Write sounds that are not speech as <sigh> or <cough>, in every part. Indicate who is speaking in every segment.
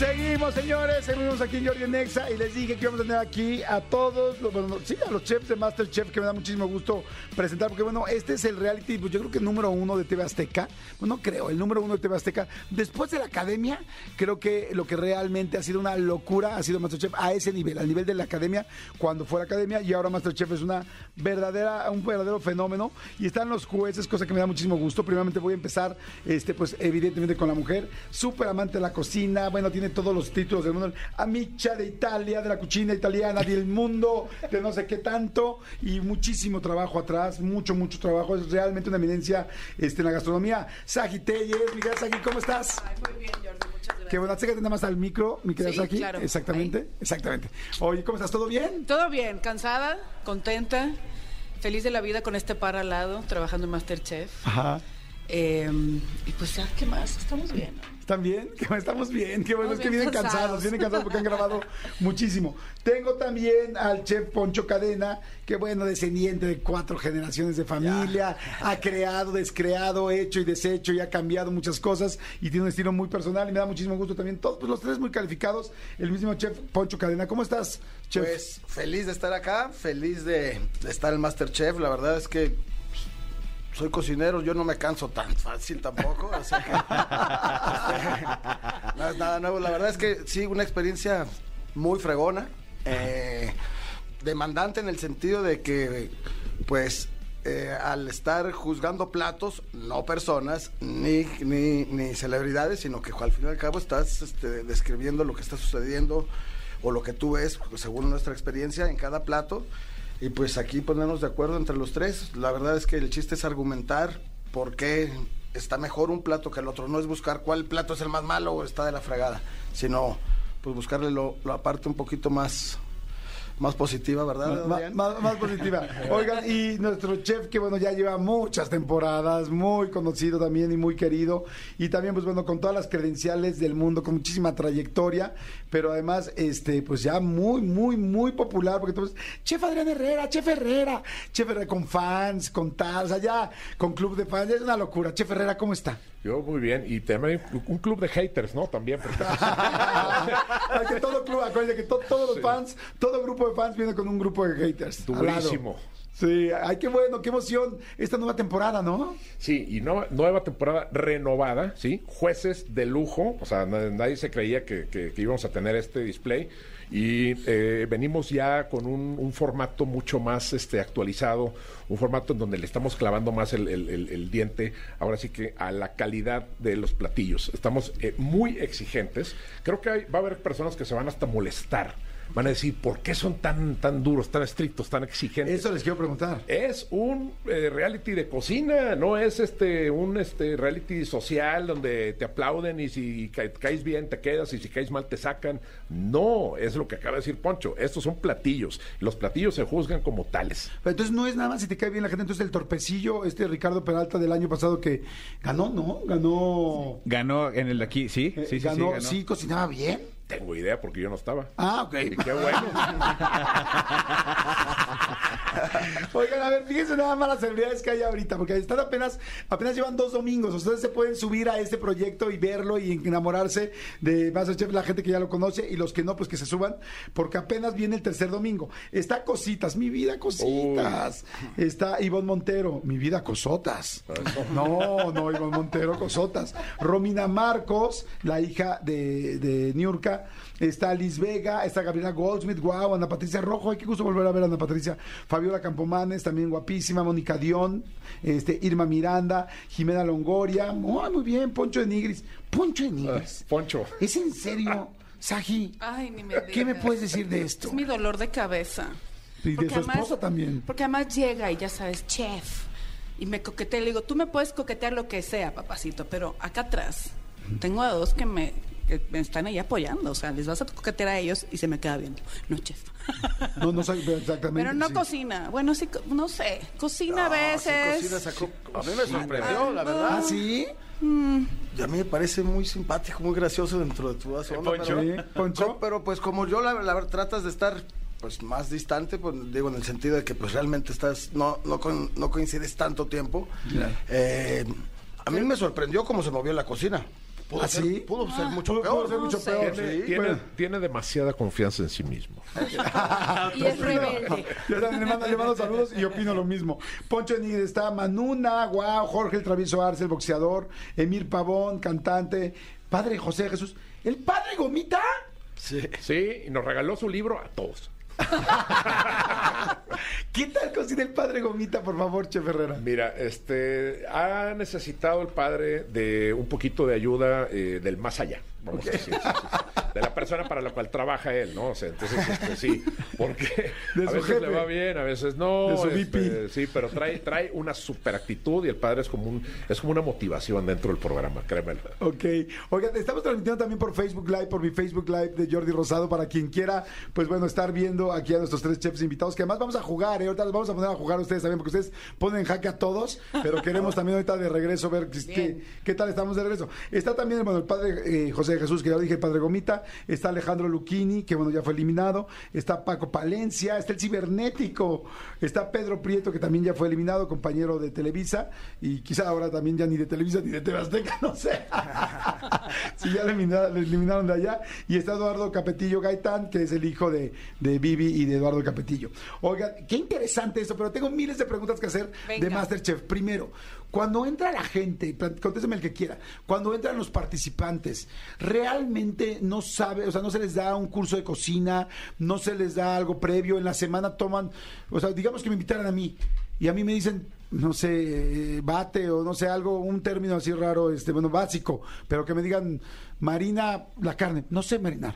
Speaker 1: Seguimos, señores. Seguimos aquí en Jordi Nexa y les dije que íbamos a tener aquí a todos, los, bueno, sí, a los chefs de Masterchef que me da muchísimo gusto presentar, porque bueno, este es el reality, pues yo creo que número uno de TV Azteca. Bueno, no creo, el número uno de TV Azteca. Después de la academia, creo que lo que realmente ha sido una locura ha sido Masterchef a ese nivel, al nivel de la academia, cuando fue la academia y ahora Masterchef es una verdadera, un verdadero fenómeno. Y están los jueces, cosa que me da muchísimo gusto. Primeramente voy a empezar, este, pues evidentemente con la mujer, súper amante de la cocina, bueno, tiene tiene todos los títulos del mundo. Amicha de Italia, de la cucina italiana, del mundo, de no sé qué tanto. Y muchísimo trabajo atrás, mucho, mucho trabajo. Es realmente una eminencia este, en la gastronomía. Sagi Telles, mi querida Sagi, ¿cómo estás?
Speaker 2: Ay, muy bien, Jordi, muchas gracias.
Speaker 1: Que bueno, acércate nada más al micro, mi querida
Speaker 2: Sí,
Speaker 1: Sagi.
Speaker 2: claro.
Speaker 1: Exactamente, exactamente. Oye, ¿cómo estás? ¿Todo bien?
Speaker 2: Todo bien, cansada, contenta, feliz de la vida con este par al lado, trabajando en Masterchef.
Speaker 1: Ajá.
Speaker 2: Eh, y pues, ah, ¿qué más? Estamos bien. ¿no?
Speaker 1: ¿Están bien? <laughs> Qué bueno, Estamos bien. Qué bueno,
Speaker 2: Estamos
Speaker 1: es que
Speaker 2: bien
Speaker 1: vienen cansados.
Speaker 2: cansados.
Speaker 1: vienen cansados porque han
Speaker 2: <laughs>
Speaker 1: grabado muchísimo. Tengo también al chef Poncho Cadena, que bueno, descendiente de cuatro generaciones de familia, ha creado, descreado, hecho y deshecho y ha cambiado muchas cosas y tiene un estilo muy personal y me da muchísimo gusto también. Todos pues, los tres muy calificados. El mismo chef Poncho Cadena. ¿Cómo estás, chef?
Speaker 3: Pues feliz de estar acá, feliz de estar en Masterchef. La verdad es que pues, soy cocinero, yo no me canso tan fácil tampoco. así que, este, no es nada nuevo. La verdad es que sí, una experiencia muy fregona, eh, demandante en el sentido de que, pues. eh, al estar juzgando platos, no personas, ni, ni, ni celebridades, sino que al fin y al cabo estás este, describiendo lo que está sucediendo, o lo que tú ves, pues, según nuestra experiencia, en cada plato. Y pues aquí ponernos de acuerdo entre los tres. La verdad es que el chiste es argumentar por qué está mejor un plato que el otro. No es buscar cuál plato es el más malo o está de la fregada, sino pues buscarle lo- la parte un poquito más, más positiva, ¿verdad?
Speaker 1: Ma-
Speaker 3: Adrián?
Speaker 1: ma- más positiva. Oigan, y nuestro chef, que bueno, ya lleva muchas temporadas, muy conocido también y muy querido, y también, pues bueno, con todas las credenciales del mundo, con muchísima trayectoria, pero además, este, pues ya muy, muy, muy popular, porque entonces, chef Adrián Herrera, chef Herrera, chef Herrera con fans, con tal, o sea, ya con club de fans, ya es una locura. Chef Herrera, ¿cómo está?
Speaker 4: Yo muy bien, y también un club de haters, ¿no? También, porque
Speaker 1: <laughs> Hay que todo club, acuérdense que to- todos los
Speaker 4: Sí.
Speaker 1: fans, todo grupo de fans viene con un grupo de haters. al lado.
Speaker 4: Durísimo.
Speaker 1: Sí, ay, qué bueno, qué emoción esta nueva temporada, ¿no?
Speaker 4: sí, y no, nueva temporada renovada, ¿sí? Jueces de lujo, o sea, na- nadie se creía que, que- que íbamos a tener este display, y eh, venimos ya con un, un formato mucho más este, actualizado, un formato en donde le estamos clavando más el, el- el- el diente, ahora sí que a la calidad de los platillos. Estamos eh, muy exigentes. Creo que hay- va a haber personas que se van hasta molestar. Van a decir, ¿por qué son tan, tan duros, tan estrictos, tan exigentes?
Speaker 1: Eso les quiero preguntar.
Speaker 4: Es un eh, reality de cocina, no es este un este reality social donde te aplauden y si ca- caes bien te quedas y si caes mal te sacan. No, es lo que acaba de decir Poncho. Estos son platillos. Los platillos se juzgan como tales.
Speaker 1: Pero entonces no es nada más si te cae bien la gente, entonces el torpecillo, este Ricardo Peralta del año pasado que ganó, ¿no? Ganó.
Speaker 5: Ganó en el de aquí, sí,
Speaker 1: eh,
Speaker 5: sí, sí,
Speaker 1: ganó,
Speaker 5: sí, ganó.
Speaker 1: sí, cocinaba bien.
Speaker 4: Tengo idea porque yo no estaba.
Speaker 1: Ah,
Speaker 4: Y
Speaker 1: ok.
Speaker 4: qué bueno.
Speaker 1: <laughs> <laughs> Oigan, a ver, fíjense nada más las celebridades que hay ahorita, porque están apenas, apenas llevan dos domingos. Ustedes se pueden subir a este proyecto y verlo y enamorarse de Masterchef, la gente que ya lo conoce y los que no, pues que se suban, porque apenas viene el tercer domingo. Está Cositas, mi vida Cositas. Está Ivonne Montero, mi vida Cosotas. No, no, Ivonne Montero, Cosotas. Romina Marcos, la hija de, de Niurka, Vega, está Liz Vega, está Gabriela Goldsmith, wow, Ana Patricia Rojo, ay, qué gusto volver a ver a Ana Patricia, Fabiola Campomanes, también guapísima, Mónica Dion, este, Irma Miranda, Jimena Longoria, ay, muy bien, Poncho de Nigris, Poncho de Nigris,
Speaker 4: Poncho.
Speaker 1: ¿es en serio, Saji?
Speaker 2: Ay, ni me
Speaker 1: ¿Qué me
Speaker 2: digas.
Speaker 1: puedes decir de esto?
Speaker 2: Es mi dolor de cabeza.
Speaker 1: Y de
Speaker 2: Porque
Speaker 1: su esposa también.
Speaker 2: Porque además llega y ya sabes, chef. Y me coquetea y le digo, tú me puedes coquetear lo que sea, papacito, pero acá atrás tengo a dos que me, que me están ahí apoyando. O sea, les vas a coquetear a ellos y se me queda viendo. No, chef.
Speaker 1: No, no sabe exactamente.
Speaker 2: pero no
Speaker 1: sí.
Speaker 2: cocina. Bueno, sí, co- no sé. Cocina a veces.
Speaker 3: Ah,
Speaker 2: <laughs>
Speaker 3: Sí, cocina, sacó- A mí me sorprendió, la verdad.
Speaker 1: ¿Ah, sí?
Speaker 3: Y A mí me parece muy simpático, muy gracioso dentro de tu zona.
Speaker 4: Poncho?
Speaker 3: Pero,
Speaker 1: Sí, Poncho.
Speaker 3: co- pero pues como yo, la, la verdad, tratas de estar pues más distante, pues, digo, en el sentido de que pues realmente estás, no, no, con- no coincides tanto tiempo. Eh, a mí me sorprendió cómo se movió la cocina. Pudo
Speaker 1: ¿Ah,
Speaker 3: ser,
Speaker 1: sí?
Speaker 3: Pudo ser mucho
Speaker 1: Pudo-
Speaker 3: peor.
Speaker 1: pudo ser mucho
Speaker 2: no sé.
Speaker 1: peor.
Speaker 4: Tiene,
Speaker 1: sí,
Speaker 4: tiene-
Speaker 1: bueno.
Speaker 4: tiene demasiada confianza en sí
Speaker 1: <laughs>
Speaker 4: mismo.
Speaker 1: Ah,
Speaker 2: y es rebelde.
Speaker 1: Yo también le mando, le mando saludos y opino lo mismo. Poncho de Nigris está, Manuna, wow, Jorge el Travieso Arce, el boxeador, Emir Pavón, cantante, Padre José Jesús. ¿El Padre Gomita?
Speaker 3: Sí.
Speaker 4: Sí, y nos regaló su libro a todos.
Speaker 1: ¿Qué tal cocina el Padre Gomita, por favor, Che Ferrera?
Speaker 4: Mira, este ha necesitado el padre de un poquito de ayuda eh, del más allá, vamos a decir, sí, sí, sí. de la persona para la cual trabaja él, ¿no? O sea, entonces este, sí, porque
Speaker 1: <laughs> De
Speaker 4: a
Speaker 1: su
Speaker 4: veces
Speaker 1: jefe.
Speaker 4: le va bien, a veces no,
Speaker 1: De su
Speaker 4: este,
Speaker 1: VP.
Speaker 4: sí, pero trae trae una super actitud y el padre es como un es como una motivación dentro del programa, créemelo.
Speaker 1: Ok. Oigan, estamos transmitiendo también por Facebook Live, por mi Facebook Live de Jordi Rosado, para quien quiera, pues bueno, estar viendo aquí a nuestros tres chefs invitados, que además vamos a jugar, ¿eh? Ahorita los vamos a poner a jugar ustedes también, porque ustedes ponen jaque a todos, pero queremos también ahorita de regreso ver pues, qué- qué,
Speaker 2: Bien.
Speaker 1: qué tal estamos de regreso. Está también, bueno, el padre eh, José Jesús, que ya lo dije, el padre Gomita, está Alejandro Luchini, que bueno, ya fue eliminado, está Paco Palencia, está el cibernético, está Pedro Prieto, que también ya fue eliminado, compañero de Televisa, y quizá ahora también ya ni de Televisa ni de TV Azteca, <laughs> no sé. <laughs> Sí, ya lo elimina- lo eliminaron, de allá. Y está Eduardo Capetillo Gaitán, que es el hijo de, de Vivi y de Eduardo Capetillo. Oigan, qué interesante esto, pero tengo miles de preguntas que hacer de
Speaker 2: Venga.
Speaker 1: Masterchef. Primero, cuando entra la gente, plat- contésteme el que quiera, cuando entran los participantes, realmente no sabe, o sea, no se les da un curso de cocina, no se les da algo previo, en la semana toman, o sea, digamos que me invitaran a mí y a mí me dicen, no sé, eh, bate o no sé, algo, un término así raro, este, bueno, básico, pero que me digan, marina la carne, no sé marinar.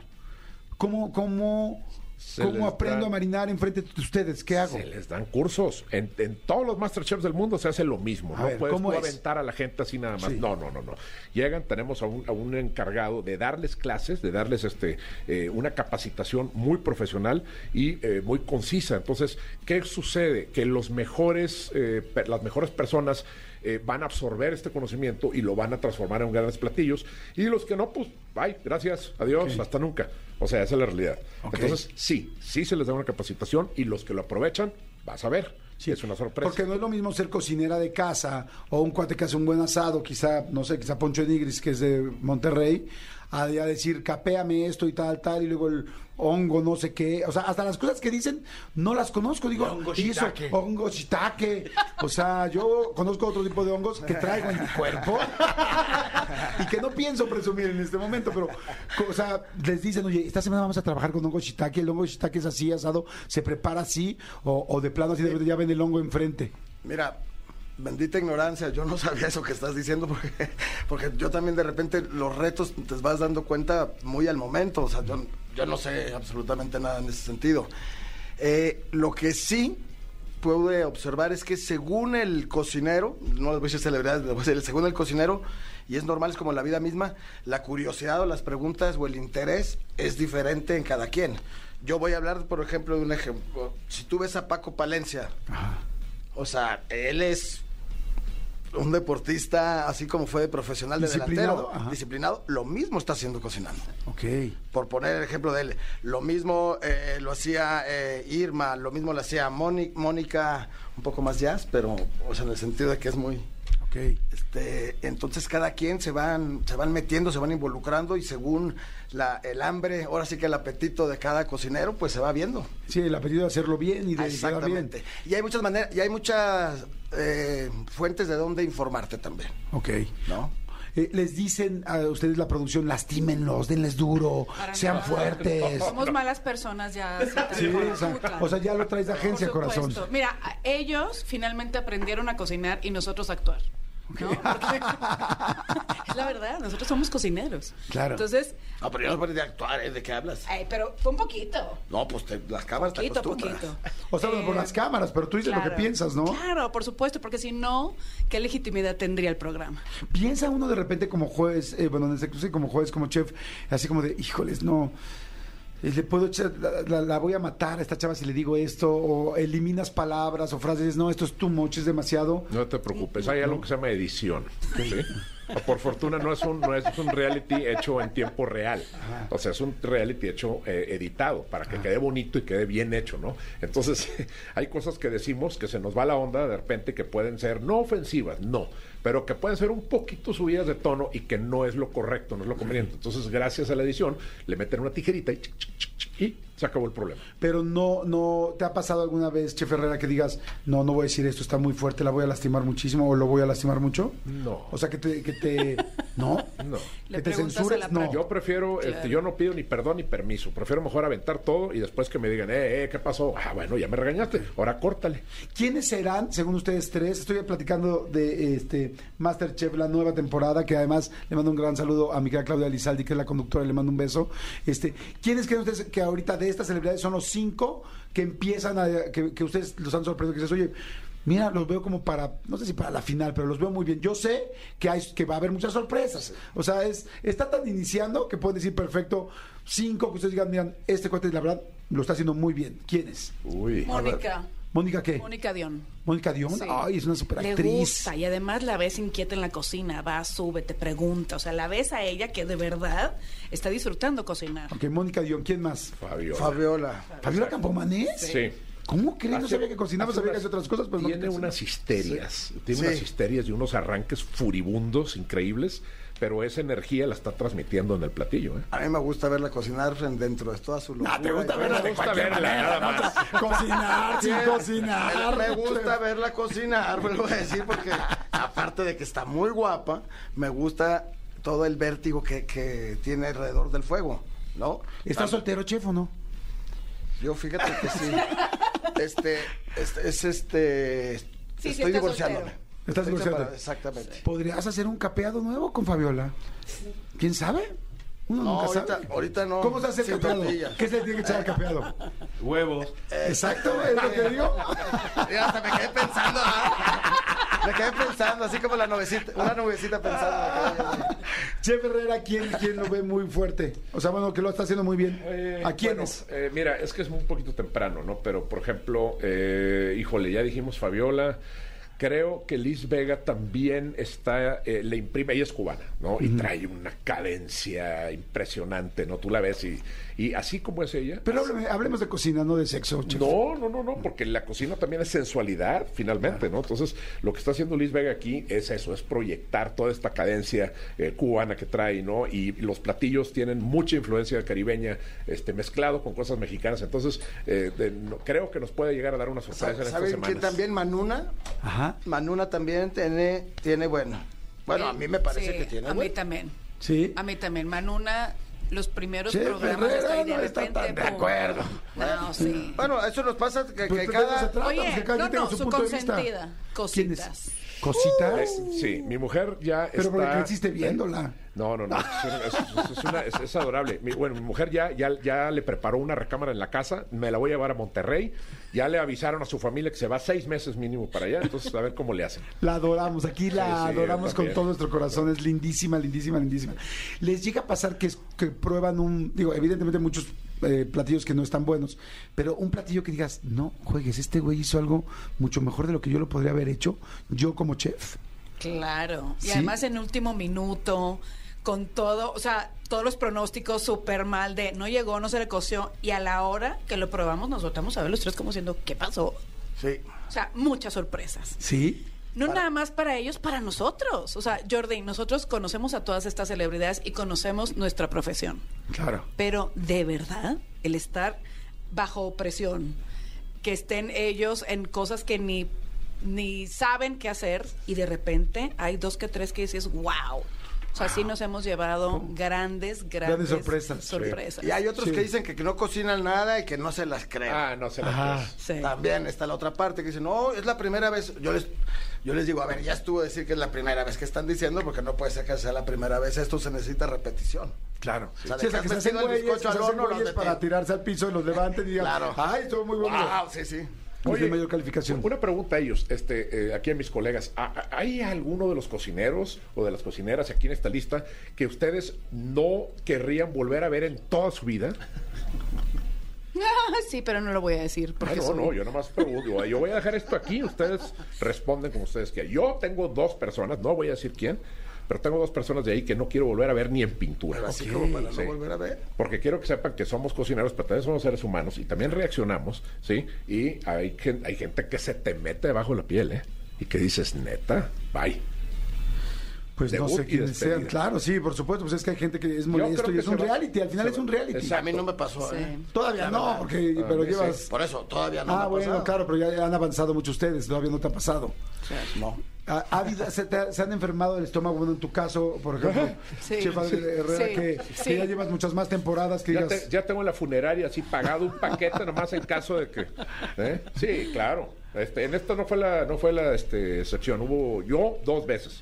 Speaker 1: ¿Cómo, cómo,
Speaker 4: Se
Speaker 1: cómo
Speaker 4: les
Speaker 1: aprendo
Speaker 4: da-
Speaker 1: a marinar enfrente de ustedes? ¿Qué hago?
Speaker 4: Se les dan cursos. En, en todos los Masterchefs del mundo se hace lo mismo.
Speaker 1: A
Speaker 4: no
Speaker 1: ver,
Speaker 4: puedes
Speaker 1: ¿cómo
Speaker 4: tú
Speaker 1: es?
Speaker 4: aventar a la gente así nada más.
Speaker 1: Sí.
Speaker 4: No, no, no, no. Llegan, tenemos a un, a un encargado de darles clases, de darles este eh, una capacitación muy profesional y eh, muy concisa. Entonces, ¿qué sucede? Que los mejores, eh, pe- las mejores personas eh, van a absorber este conocimiento y lo van a transformar en grandes platillos. Y los que no, pues, bye, gracias, adiós, hasta nunca. O sea, esa es la realidad. Entonces, sí, sí se les da una capacitación y los que lo aprovechan, vas a ver. Sí, es una sorpresa.
Speaker 1: Porque no es lo mismo ser cocinera de casa o un cuate que hace un buen asado, quizá, no sé, quizá Poncho de Nigris, que es de Monterrey, a, de- a decir, capéame esto y tal, tal, y luego el hongo, no sé qué. O sea, hasta las cosas que dicen no las conozco. Digo, hongo shiitake. hongo shiitake. O sea, yo conozco otro tipo de hongos que traigo en mi cuerpo y que no pienso presumir en este momento, pero, co- o sea, les dicen, oye, esta semana vamos a trabajar con hongo shiitake, el hongo shiitake es así, asado, se prepara así, o, o de plano así, de repente ya ven el hongo enfrente.
Speaker 3: Mira, bendita ignorancia, yo no <laughs> sabía eso que estás diciendo porque, porque yo también de repente los retos te vas dando cuenta muy al momento, o sea, yo, yo no sé absolutamente nada en ese sentido. Eh, lo que sí pude observar es que según el cocinero, no les voy a decir celebridades, les voy a decir, según el cocinero, y es normal, es como la vida misma, la curiosidad o las preguntas o el interés es diferente en cada quien. Yo voy a hablar, por ejemplo, de un ejemplo. Si tú ves a Paco Palencia,
Speaker 1: Ah,
Speaker 3: o sea, él es un deportista, así como fue de profesional de
Speaker 1: Disciplinado,
Speaker 3: delantero,
Speaker 1: ajá.
Speaker 3: disciplinado, lo mismo está haciendo cocinando.
Speaker 1: Ok.
Speaker 3: Por poner el ejemplo de él, lo mismo eh, lo hacía eh, Irma, lo mismo lo hacía Móni- Mónica, un poco más jazz, pero o sea, en el sentido de que es muy...
Speaker 1: Ok.
Speaker 3: Este, entonces cada quien se van, se van metiendo, se van involucrando y según la, el hambre, ahora sí que el apetito de cada cocinero, pues se va viendo.
Speaker 1: Sí, el apellido de hacerlo bien y de llegar bien.
Speaker 3: Exactamente. Y hay muchas maneras, y hay muchas eh, fuentes de donde informarte también,
Speaker 1: Ok.
Speaker 3: ¿no?
Speaker 1: eh, les dicen a ustedes la producción, lastímenlos, denles duro,
Speaker 2: Para
Speaker 1: sean
Speaker 2: nada.
Speaker 1: fuertes.
Speaker 2: Somos malas personas ya.
Speaker 1: Sí,
Speaker 2: tal cual,
Speaker 1: o sea,
Speaker 2: muy claro.
Speaker 1: o sea, ya lo traes de agencia,
Speaker 2: Por supuesto.
Speaker 1: corazón.
Speaker 2: Mira, a- ellos finalmente aprendieron a cocinar y nosotros a actuar.
Speaker 1: <laughs>
Speaker 2: ¿no? Porque- <laughs> es la verdad, nosotros somos cocineros.
Speaker 1: Claro.
Speaker 2: Entonces,
Speaker 3: No, Ah, pero yo no aprendí a actuar, ¿eh? ¿De qué hablas?
Speaker 2: ay, pero fue un poquito.
Speaker 3: No, pues te- las cámaras te
Speaker 2: Poquito,
Speaker 3: acostumbran.
Speaker 1: <laughs>
Speaker 2: poquito.
Speaker 1: O sea, por
Speaker 2: Eh,
Speaker 1: las cámaras, pero tú dices lo que
Speaker 2: claro.
Speaker 1: piensas, ¿no?
Speaker 2: Claro, por supuesto, porque si no, ¿qué legitimidad tendría el programa?
Speaker 1: Piensa uno de repente como juez, eh, bueno, en este caso, sí, como juez, como chef, así como de, híjoles, no. eh, Le puedo echar- la, la- la voy a matar a esta chava si le digo esto, o eliminas palabras o frases, no, esto es too much, es demasiado.
Speaker 4: No te preocupes, hay algo que se llama edición. ¿sí? Por fortuna no es, un, no es un reality hecho en tiempo real. O sea, es un reality hecho eh, editado para que quede bonito y quede bien hecho, ¿no? Entonces, <laughs> hay cosas que decimos que se nos va la onda de repente que pueden ser no ofensivas, no, pero que pueden ser un poquito subidas de tono y que no es lo correcto, no es lo conveniente. Entonces, gracias a la edición, le meten una tijerita y, chic, chic, chic, chic, y se acabó el problema.
Speaker 1: Pero no, no, ¿te ha pasado alguna vez, Chef Herrera, que digas, no, no voy a decir esto, está muy fuerte, la voy a lastimar muchísimo o lo voy a lastimar mucho?
Speaker 4: No.
Speaker 1: O sea, que te, que
Speaker 4: <laughs>
Speaker 1: te, ¿no?
Speaker 4: No.
Speaker 2: Le
Speaker 1: Que te
Speaker 2: preguntas a
Speaker 1: censures,
Speaker 2: la
Speaker 1: no.
Speaker 4: Yo prefiero, este, yo no pido ni perdón ni permiso. Prefiero mejor aventar todo y después que me digan, eh, eh, ¿qué pasó? Ah, bueno, ya me regañaste. Ahora córtale.
Speaker 1: ¿Quiénes serán, según ustedes tres? Estoy platicando de este Masterchef, la nueva temporada, que además le mando un gran saludo a mi querida Claudia Lizaldi, que es la conductora, y le mando un beso. Este, ¿Quiénes creen ustedes que ahorita de estas celebridades son los cinco que empiezan a. que, que ustedes los han sorprendido? Que dices, oye, mira, los veo como para. no sé si para la final, pero los veo muy bien. Yo sé que, hay, que va a haber muchas sorpresas. O sea, es está tan iniciando que pueden decir perfecto cinco que ustedes digan, miran, este cuate, la verdad, lo está haciendo muy bien. ¿Quiénes?
Speaker 4: Uy.
Speaker 2: Mónica.
Speaker 1: ¿Mónica qué?
Speaker 2: Mónica Dion.
Speaker 1: Mónica Dion,
Speaker 2: Sí.
Speaker 1: ay, es una
Speaker 2: Le
Speaker 1: superactriz.
Speaker 2: gusta y además la ves inquieta en la cocina, va, sube, te pregunta, o sea, la ves a ella que de verdad está disfrutando cocinar.
Speaker 1: Ok, Mónica Dion, ¿quién más?
Speaker 4: Fabio.
Speaker 3: Fabiola.
Speaker 1: ¿Fabiola Campomanés?
Speaker 4: Sí.
Speaker 1: ¿Cómo crees? No
Speaker 4: Hace-
Speaker 1: sabía que cocinaba,
Speaker 4: hace
Speaker 1: sabía que
Speaker 4: unas-
Speaker 1: hacía otras cosas, pero no
Speaker 4: tiene
Speaker 1: que cocinaba.
Speaker 4: unas histerias, tiene
Speaker 3: Sí.
Speaker 4: unas histerias y unos arranques furibundos increíbles, pero esa energía la está transmitiendo en el platillo. ¿eh?
Speaker 3: A mí me gusta verla cocinar en- dentro de toda su locura.
Speaker 1: Ah, ¿te gusta
Speaker 3: Y-
Speaker 1: verla
Speaker 4: Me
Speaker 1: de
Speaker 4: gusta
Speaker 1: cualquier
Speaker 4: verla, nada
Speaker 1: manera?
Speaker 4: más.
Speaker 1: ¿no? Cocinar, sin cocinar.
Speaker 3: Me gusta verla cocinar, me lo voy a decir, porque aparte de que está muy guapa, me gusta todo el vértigo que, que tiene alrededor del fuego, ¿no?
Speaker 1: ¿Estás soltero, chef, o no?
Speaker 3: Yo fíjate que
Speaker 1: <laughs>
Speaker 3: sí. Este, este- es este.
Speaker 2: Sí, sí,
Speaker 3: estoy
Speaker 2: estás
Speaker 3: divorciándome.
Speaker 2: soltero.
Speaker 1: Estás
Speaker 3: Estoy
Speaker 1: divorciado.
Speaker 3: separado, Exactamente.
Speaker 1: ¿Podrías hacer un capeado nuevo con Fabiola? ¿Quién sabe? Uno
Speaker 3: No,
Speaker 1: nunca
Speaker 3: ahorita-
Speaker 1: sabe.
Speaker 3: ahorita no.
Speaker 1: ¿Cómo se hace el
Speaker 3: Sin
Speaker 1: capeado?
Speaker 3: tortilla.
Speaker 1: ¿Qué se le tiene que echar al capeado?
Speaker 6: Huevos.
Speaker 1: Exacto, es lo que digo.
Speaker 3: Mira, hasta me quedé pensando, ¿no? Me quedé pensando, así como la nubecita, una nubecita pensando. me quedé.
Speaker 1: Chef Herrera, ¿quién, ¿quién lo ve muy fuerte? O sea, bueno, que lo está haciendo muy bien.
Speaker 4: Eh,
Speaker 1: ¿A quién
Speaker 4: bueno,
Speaker 1: es?
Speaker 4: eh, mira, es que es un poquito temprano, ¿no? Pero, por ejemplo, eh, híjole, ya dijimos Fabiola. Creo que Liz Vega también está, eh, le imprime, ella es cubana, ¿no? Y trae una cadencia impresionante, ¿no? Tú la ves y, y así como es ella.
Speaker 1: Pero hábleme- hablemos de cocina, no de sexo, chef.
Speaker 4: No, no, no, no, porque la cocina también es sensualidad, finalmente, ¿no? Entonces, lo que está haciendo Liz Vega aquí es eso, es proyectar toda esta cadencia eh, cubana que trae, ¿no? Y los platillos tienen mucha influencia caribeña, este, mezclado con cosas mexicanas. Entonces, eh, de- no- creo que nos puede llegar a dar una sorpresa en estas
Speaker 3: ¿Saben quién
Speaker 4: semanas.
Speaker 3: también? Manuna.
Speaker 1: Ajá.
Speaker 3: Manuna también tiene, tiene bueno. Bueno, a mí me parece
Speaker 2: Sí,
Speaker 3: que tiene
Speaker 2: A mí
Speaker 3: bueno.
Speaker 2: también.
Speaker 1: Sí.
Speaker 2: A mí también. Manuna, los primeros
Speaker 1: Chef
Speaker 2: programas
Speaker 1: Herrera
Speaker 2: hasta ahí
Speaker 1: Eh, no está tan de
Speaker 2: pum.
Speaker 1: acuerdo.
Speaker 2: No, sí.
Speaker 3: Bueno, eso nos pasa que,
Speaker 1: Pues,
Speaker 3: que
Speaker 1: ¿de eso se
Speaker 3: cada...
Speaker 1: trata?
Speaker 2: Oye,
Speaker 1: Pues que cada
Speaker 2: no,
Speaker 1: quien tenga
Speaker 2: no, su
Speaker 1: punto de vista.
Speaker 2: consentida.
Speaker 1: ¿Quién es?
Speaker 2: Cositas.
Speaker 4: Eh,
Speaker 1: ¿Cositas?
Speaker 4: Sí, mi mujer ya
Speaker 1: Pero
Speaker 4: está...
Speaker 1: porque creciste viéndola.
Speaker 4: No, no, no. Es, es- es una- es- es adorable. Mi- bueno, mi mujer ya, ya, ya le preparó una recámara en la casa. Me la voy a llevar a Monterrey. Ya le avisaron a su familia que se va seis meses mínimo para allá. Entonces, a ver cómo le hacen.
Speaker 1: La adoramos, aquí la
Speaker 4: Sí, sí,
Speaker 1: adoramos con
Speaker 4: también.
Speaker 1: todo nuestro corazón, es lindísima, lindísima, lindísima. Les llega a pasar que, es- que prueban un, digo, evidentemente muchos eh, platillos que no están buenos, pero un platillo que digas, no, juegues, este güey hizo algo mucho mejor de lo que yo lo podría haber hecho, yo como chef.
Speaker 2: Claro. Y
Speaker 1: Sí.
Speaker 2: además en último minuto, con todo, o sea, todos los pronósticos súper mal de no llegó, no se le coció. Y a la hora que lo probamos, nos votamos a ver los tres como diciendo, ¿qué pasó?
Speaker 3: Sí.
Speaker 2: O sea, muchas sorpresas.
Speaker 1: ¿Sí?
Speaker 2: No nada más para ellos, para nosotros. O sea, Jordi, nosotros conocemos a todas estas celebridades y conocemos nuestra profesión.
Speaker 1: Claro.
Speaker 2: Pero de verdad, el estar bajo presión, que estén ellos en cosas que ni, ni saben qué hacer y de repente hay dos que tres que dices, wow, O sea, sí nos hemos llevado grandes, grandes
Speaker 1: sorpresas.
Speaker 2: sorpresas.
Speaker 3: Y hay otros
Speaker 1: Sí.
Speaker 3: que dicen que, que no cocinan nada y que no se las creen.
Speaker 4: Ah, no se las
Speaker 1: Ajá.
Speaker 4: crees.
Speaker 2: Sí.
Speaker 3: También está la otra parte que dice, no, es la primera vez. Yo les, yo les digo, a ver, ya estuvo a decir que es la primera vez que están diciendo, porque no puede ser que sea la primera vez. Esto se necesita repetición.
Speaker 1: Claro.
Speaker 3: O sea, de
Speaker 1: Sí, o sea,
Speaker 3: que
Speaker 1: que se
Speaker 3: has
Speaker 1: hacen
Speaker 3: metido el
Speaker 1: güeyes,
Speaker 3: bizcocho
Speaker 1: que se
Speaker 3: al
Speaker 1: hacen
Speaker 3: horno,
Speaker 1: güeyes
Speaker 3: los
Speaker 1: para
Speaker 3: detienen.
Speaker 1: tirarse al piso y los levanten y digan,
Speaker 3: Claro.
Speaker 1: ay, estuvo muy bueno.
Speaker 3: Wow, sí, sí.
Speaker 1: Es de mayor calificación.
Speaker 4: Una pregunta a ellos, este, eh, aquí a mis colegas. ¿ha- ¿Hay alguno de los cocineros o de las cocineras aquí en esta lista que ustedes no querrían volver a ver en toda su vida?
Speaker 2: Ah, <laughs> sí, pero no lo voy a decir.
Speaker 4: Ah,
Speaker 2: Porque
Speaker 4: no,
Speaker 2: soy-
Speaker 4: no, yo nomás pregunto. Yo voy a dejar esto aquí, ustedes responden como ustedes quieran. Yo tengo dos personas, no voy a decir quién, pero tengo dos personas de ahí que no quiero volver a ver ni en pintura.
Speaker 3: Pero así
Speaker 4: Ok,
Speaker 3: como para no
Speaker 4: sí.
Speaker 3: volver a ver.
Speaker 4: Porque quiero que sepan que somos cocineros, pero también somos seres humanos y también reaccionamos, ¿sí? Y hay, gen- hay gente que se te mete debajo de la piel, ¿eh? Y que dices, neta, bye.
Speaker 1: Pues no
Speaker 4: Debut
Speaker 1: sé
Speaker 4: y
Speaker 1: quiénes
Speaker 4: despedida.
Speaker 1: sean. Claro, sí, por supuesto. Pues es que hay gente que es
Speaker 4: Yo
Speaker 1: molesto
Speaker 4: creo
Speaker 1: y
Speaker 4: que
Speaker 1: es
Speaker 4: se
Speaker 1: un
Speaker 4: va-
Speaker 1: reality. Al final
Speaker 4: se
Speaker 1: es un
Speaker 4: va-
Speaker 1: reality.
Speaker 4: Exacto.
Speaker 3: A mí no me pasó,
Speaker 2: Sí.
Speaker 3: ¿eh?
Speaker 1: Todavía
Speaker 3: La
Speaker 1: no,
Speaker 3: verdad.
Speaker 1: porque,
Speaker 4: Ah,
Speaker 1: pero
Speaker 4: sí.
Speaker 1: llevas.
Speaker 3: Por eso, todavía Pues no. me
Speaker 1: ah,
Speaker 3: ha
Speaker 1: bueno,
Speaker 3: pasado.
Speaker 1: claro, pero ya han avanzado mucho ustedes. Todavía no te ha pasado.
Speaker 3: No.
Speaker 1: Ha- ha habido- se, te- se han enfermado del estómago, bueno, en tu caso, por ejemplo,
Speaker 4: <laughs>
Speaker 2: Sí.
Speaker 1: Chef Adrián Herrera,
Speaker 2: Sí.
Speaker 1: que,
Speaker 2: Sí.
Speaker 1: que ya llevas muchas más temporadas que
Speaker 4: Ya,
Speaker 1: digas,
Speaker 4: te- ya tengo en la funeraria así pagado un paquete nomás en caso de que... ¿eh? Sí, claro. Este, en esta no fue la, no fue la este, excepción. Hubo yo dos veces.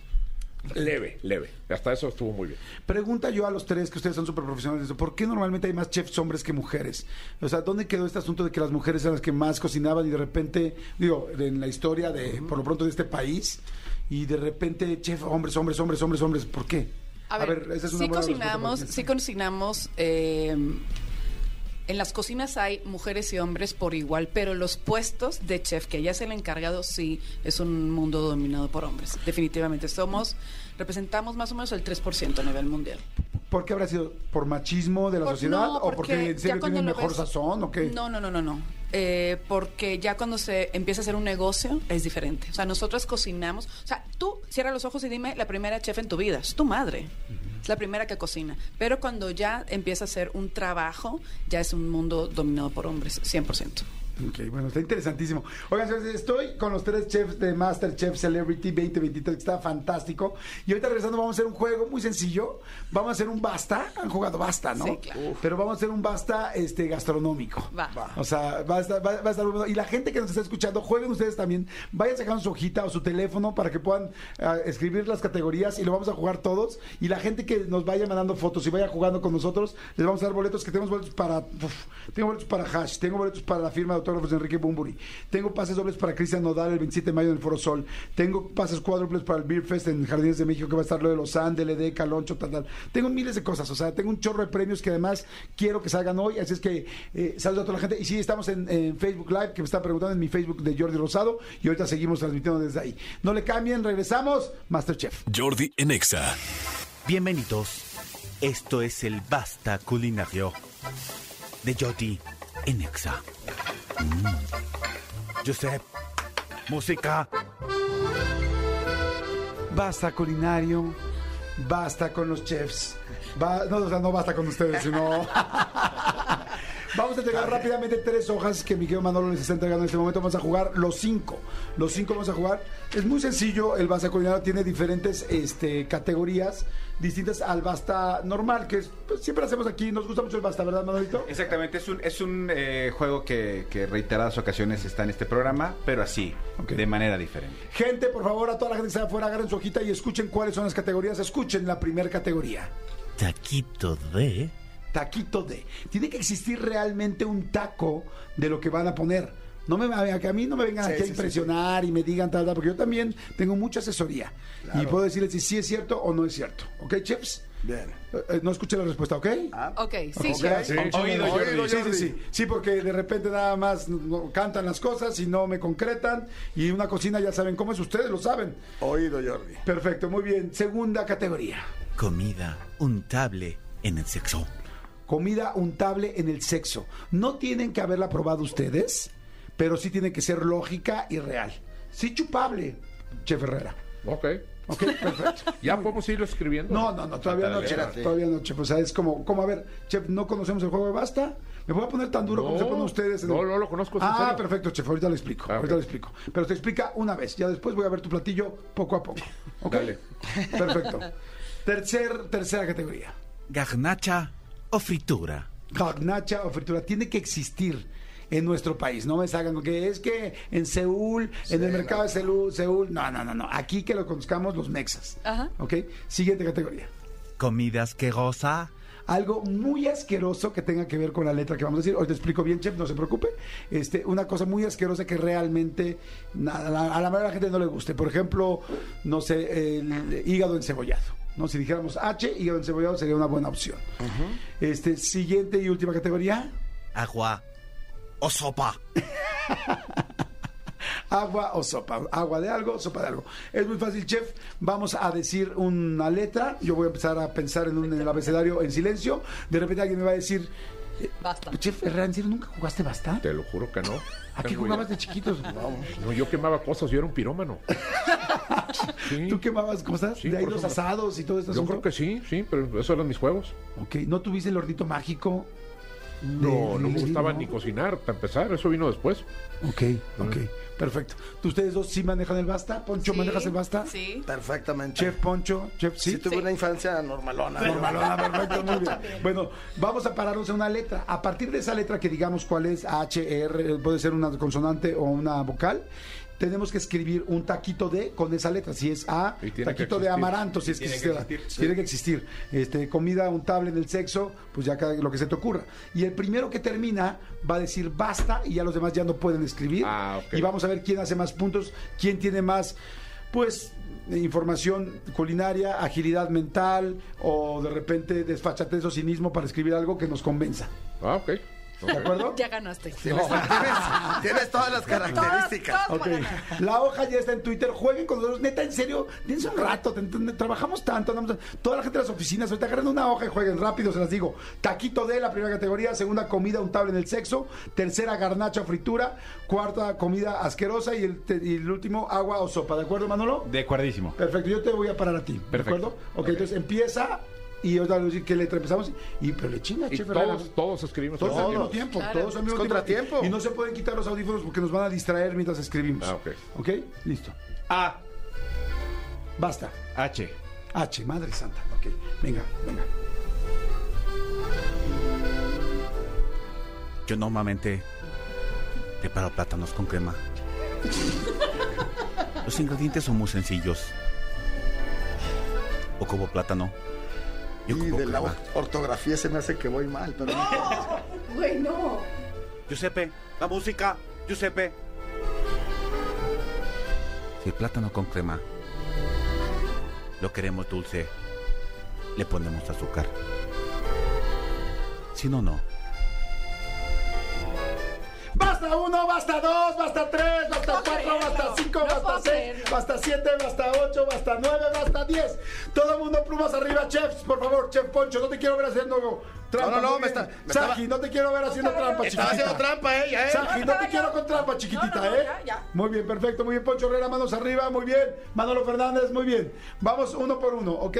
Speaker 4: Leve, leve. Hasta eso estuvo muy bien.
Speaker 1: Pregunta yo a los tres, que ustedes son súper profesionales, de eso, ¿por qué normalmente hay más chefs hombres que mujeres? O sea, ¿dónde quedó este asunto de que las mujeres eran las que más cocinaban y de repente, digo, en la historia de, por lo pronto, de este país, y de repente, chef, hombres, hombres, hombres, hombres, hombres, ¿por qué?
Speaker 2: A ver, sí
Speaker 1: buena respuesta
Speaker 2: cocinamos,
Speaker 1: para ti.
Speaker 2: sí cocinamos. eh, en las cocinas hay mujeres y hombres por igual, pero los puestos de chef, que ya es el encargado, sí es un mundo dominado por hombres. Definitivamente somos, representamos más o menos el 3% a nivel mundial.
Speaker 1: ¿Por qué habrá sido? ¿Por machismo de la
Speaker 2: Por-
Speaker 1: sociedad?
Speaker 2: no,
Speaker 1: ¿O porque en
Speaker 2: ya
Speaker 1: serio
Speaker 2: cuando
Speaker 1: tienen
Speaker 2: lo
Speaker 1: mejor
Speaker 2: ves-
Speaker 1: sazón? ¿O qué?
Speaker 2: No, no, no, no, no. Eh, porque ya cuando se empieza a hacer un negocio es diferente. O sea, nosotras cocinamos. O sea, tú cierra los ojos y dime la primera chef en tu vida. Es tu madre. Es la primera que cocina. Pero cuando ya empieza a ser un trabajo, ya es un mundo dominado por hombres, 100%.
Speaker 1: Ok, bueno, está interesantísimo. Oigan, señores, estoy con los tres chefs de Masterchef Celebrity 2023, que está fantástico. Y ahorita regresando vamos a hacer un juego muy sencillo. Vamos a hacer un basta. Han jugado basta, ¿no?
Speaker 2: Sí, claro.
Speaker 1: Uf. Pero vamos a hacer un basta este, gastronómico.
Speaker 2: Va. Va.
Speaker 1: O sea, va a, estar, va- va a estar muy bueno. Y la gente que nos está escuchando, jueguen ustedes también. Vayan sacando su hojita o su teléfono para que puedan ah, escribir las categorías y lo vamos a jugar todos. Y la gente que nos vaya mandando fotos y vaya jugando con nosotros, les vamos a dar boletos que tenemos boletos para. uf, tengo boletos para Hash, tengo boletos para la firma de autógrafos de Enrique Bumburi, tengo pases dobles para Cristian Nodal el 27 de mayo en el Foro Sol, tengo pases cuádruples para el Beer Fest en Jardines de México que va a estar lo de los Andes, LD, Caloncho, tal, tal. Tengo miles de cosas, o sea, tengo un chorro de premios que además quiero que salgan hoy, así es que eh, saludos a toda la gente. Y sí, estamos en, en Facebook Live, que me está preguntando en mi Facebook de Jordi Rosado, y ahorita seguimos transmitiendo desde ahí. No le cambien, regresamos, Masterchef.
Speaker 7: Jordi en Exa.
Speaker 5: Bienvenidos. Esto es el Basta Culinario de Jody en Exa. Mm. Josep, música.
Speaker 1: Basta culinario, basta con los chefs. Ba- no, o sea, no basta con ustedes, sino... <laughs> Vamos a entregar rápidamente tres hojas que mi querido Manolo les está entregando en este momento. Vamos a jugar los cinco. Los cinco vamos a jugar. Es muy sencillo. El basta culinario tiene diferentes este, categorías distintas al basta normal, que es, pues, siempre hacemos aquí. Nos gusta mucho el basta, ¿verdad, Manolito?
Speaker 8: Exactamente, es un, es un eh, juego que, que reiteradas ocasiones está en este programa, pero así,
Speaker 1: Ok.
Speaker 8: de manera diferente.
Speaker 1: Gente, por favor, a toda la gente que está afuera, agarren su hojita y escuchen cuáles son las categorías. Escuchen la primera categoría.
Speaker 5: Taquito de.
Speaker 1: taquito de. Tiene que existir realmente un taco de lo que van a poner. No me, a que a mí no me vengan
Speaker 3: Sí,
Speaker 1: aquí a
Speaker 3: sí, sí,
Speaker 1: impresionar y me digan tal, tal, porque yo también tengo mucha asesoría. Y puedo decirles si sí es cierto o no es cierto. ¿Ok, chefs?
Speaker 3: Bien. Ah,
Speaker 1: Eh, eh, no escuché la respuesta, ¿ok?
Speaker 2: Ok, sí,
Speaker 1: Ok.
Speaker 2: chef.
Speaker 4: sí.
Speaker 1: Oído,
Speaker 3: Jordi.
Speaker 1: Jordi. Sí, sí, sí. Sí, porque de repente nada más no- cantan las cosas y no me concretan. Y una cocina ya saben cómo es, ustedes lo saben.
Speaker 3: Oído, Jordi.
Speaker 1: Perfecto, muy bien. Segunda categoría.
Speaker 5: Comida untable en el sexo.
Speaker 1: comida untable en el sexo. No tienen que haberla probado ustedes, pero sí tiene que ser lógica y real. Sí chupable, Chef Herrera.
Speaker 4: Ok.
Speaker 1: Ok, perfecto.
Speaker 4: ¿Ya podemos ir escribiendo?
Speaker 1: No, no, no, todavía no, Chef.
Speaker 3: Espérate.
Speaker 1: Todavía no, Chef. O sea, es como, como a ver, Chef, no conocemos el juego de basta. Me voy a poner tan duro como
Speaker 4: No,
Speaker 1: se ponen ustedes.
Speaker 4: no, no lo conozco, es en
Speaker 1: Ah,
Speaker 4: serio.
Speaker 1: perfecto, Chef. Ahorita lo explico.
Speaker 4: Ah,
Speaker 1: ahorita
Speaker 4: ok.
Speaker 1: lo explico. Pero te explica una vez. Ya después voy a ver tu platillo poco a poco. ¿ok?
Speaker 4: Dale.
Speaker 1: Perfecto. Tercer, tercera categoría.
Speaker 5: Garnacha o fritura.
Speaker 1: Garnacha o fritura. Tiene que existir en nuestro país. No me salgan con que es que en Seúl, en el mercado de Seúl, Seúl. No, no, no, no. Aquí que lo conozcamos los mexas.
Speaker 2: Ajá.
Speaker 1: ¿Ok? Siguiente categoría.
Speaker 5: Comida asquerosa.
Speaker 1: Algo muy asqueroso que tenga que ver con la letra que vamos a decir. Hoy te explico bien, chef, no se preocupe. Este, una cosa muy asquerosa que realmente na- la- a la mayoría de la gente no le guste. Por ejemplo, no sé, el hígado encebollado. ¿no? Si dijéramos H, hígado encebollado sería una buena opción. Este, siguiente y última categoría.
Speaker 5: Agua o sopa.
Speaker 1: Agua o sopa. Agua de algo, sopa de algo. Es muy fácil, chef. Vamos a decir una letra. Yo voy a empezar a pensar en, un, en el abecedario en silencio. De repente alguien me va a decir,
Speaker 2: Basta.
Speaker 1: chef Ferran, ¿en serio nunca jugaste bastante?
Speaker 4: Te lo juro que no.
Speaker 1: ¿A qué
Speaker 4: Tengo
Speaker 1: jugabas
Speaker 4: idea.
Speaker 1: de chiquitos?
Speaker 4: <laughs> No, yo quemaba cosas, yo era un
Speaker 1: <laughs>
Speaker 4: pirómano. Sí,
Speaker 1: ¿Tú quemabas cosas?
Speaker 4: Sí,
Speaker 1: de ahí
Speaker 4: por
Speaker 1: los
Speaker 4: ejemplo.
Speaker 1: asados y todo esto.
Speaker 4: yo creo que sí, sí, pero esos eran mis juegos.
Speaker 1: Ok, ¿no tuviste el hornito mágico?
Speaker 4: No, no me
Speaker 1: Sí,
Speaker 4: gustaba
Speaker 1: ¿no?
Speaker 4: ni cocinar, para empezar, eso vino después.
Speaker 1: Ok, ok. Perfecto. ¿Tú ustedes dos sí manejan el basta? ¿Poncho
Speaker 2: Sí,
Speaker 1: manejas el basta?
Speaker 2: Sí.
Speaker 3: Perfectamente.
Speaker 1: Chef Poncho, Chef,
Speaker 3: sí,
Speaker 1: sí.
Speaker 3: tuve una infancia normalona.
Speaker 1: Normalona, perfecto, muy bien. Bueno, vamos a pararnos en una letra. A partir de esa letra que digamos cuál es, H, R, puede ser una consonante o una vocal, tenemos que escribir un taquito de con esa letra. Si es A,
Speaker 4: Y tiene que
Speaker 1: taquito de
Speaker 4: existir.
Speaker 1: amaranto, si es que
Speaker 8: Tiene que
Speaker 1: existiera.
Speaker 8: existir, sí.
Speaker 1: Tiene que existir. Este, comida untable en el sexo, pues ya cada- lo que se te ocurra. Y el primero que termina va a decir basta y ya los demás ya no pueden escribir.
Speaker 4: Ah, ok.
Speaker 1: Y vamos a ver quién hace más puntos, quién tiene más, pues, información culinaria, agilidad mental o de repente desfachatez o cinismo para escribir algo que nos convenza.
Speaker 4: Ah, ok.
Speaker 1: ¿De acuerdo?
Speaker 2: <laughs> Ya ganaste.
Speaker 3: Tienes, <laughs> tienes- tienes todas las características.
Speaker 2: Todas, todas
Speaker 1: Ok,
Speaker 2: van a
Speaker 1: <laughs>
Speaker 2: ganar.
Speaker 1: la hoja ya está en Twitter, jueguen con nosotros, neta, en serio, dense un rato, ten- ten- trabajamos tanto, andamos- toda la gente de las oficinas, ahorita agarren una hoja y jueguen rápido, se las digo, taquito de la primera categoría, segunda comida untable en el sexo, tercera garnacha o fritura, cuarta comida asquerosa y el, te- y el último agua o sopa, ¿de acuerdo Manolo?
Speaker 8: De acuerdísimo.
Speaker 1: Perfecto, yo te voy a parar a ti, ¿de
Speaker 8: Perfecto.
Speaker 1: acuerdo? Ok, entonces empieza y ahorita les voy a decir qué letra empezamos y pero le chinga,
Speaker 4: Y
Speaker 1: chef, relájate.
Speaker 4: todos, todos escribimos.
Speaker 1: Todos al
Speaker 4: todos.
Speaker 1: mismo tiempo,
Speaker 2: Claro.
Speaker 1: todos al mismo
Speaker 3: Es contratiempo.
Speaker 1: tiempo. Y no se pueden quitar los audífonos porque nos van a distraer mientras escribimos.
Speaker 4: Ah, ok.
Speaker 1: ¿Ok? Listo.
Speaker 8: A.
Speaker 1: Basta.
Speaker 8: H.
Speaker 1: H, madre santa. Ok. Venga, venga.
Speaker 5: Yo normalmente preparo plátanos con crema. Los ingredientes son muy sencillos. Ocupo plátano. Yo
Speaker 3: Y
Speaker 5: ocupo
Speaker 3: de la
Speaker 5: crema.
Speaker 3: ortografía se me hace que voy mal, pero
Speaker 2: Güey, no.
Speaker 5: Giuseppe, la música. Giuseppe. Si el plátano con crema lo queremos dulce, le ponemos azúcar. Si no, no.
Speaker 1: Basta uno, basta dos, basta tres, basta
Speaker 2: No puedo
Speaker 1: cuatro, basta
Speaker 2: creerlo.
Speaker 1: cinco,
Speaker 2: No
Speaker 1: basta
Speaker 2: puedo
Speaker 1: seis,
Speaker 2: creerlo.
Speaker 1: basta siete, basta ocho, basta nueve, basta diez. Todo el mundo plumas arriba, chefs, por favor, chef Poncho, no te quiero ver haciendo trampa.
Speaker 3: No, no, no,
Speaker 1: muy
Speaker 3: me
Speaker 1: bien.
Speaker 3: está- me
Speaker 1: Saji, no te quiero ver haciendo trampa,
Speaker 3: estaba
Speaker 1: chiquitita.
Speaker 3: haciendo trampa ella, ¿eh?
Speaker 1: Saji, no
Speaker 2: estaba
Speaker 1: te
Speaker 2: yo.
Speaker 1: quiero con trampa, chiquitita,
Speaker 2: No, no, no,
Speaker 1: ¿eh?
Speaker 2: ya, ya.
Speaker 1: Muy bien, perfecto, muy bien, Poncho Herrera, manos arriba, muy bien. Manolo Fernández, muy bien. Vamos uno por uno, ¿ok?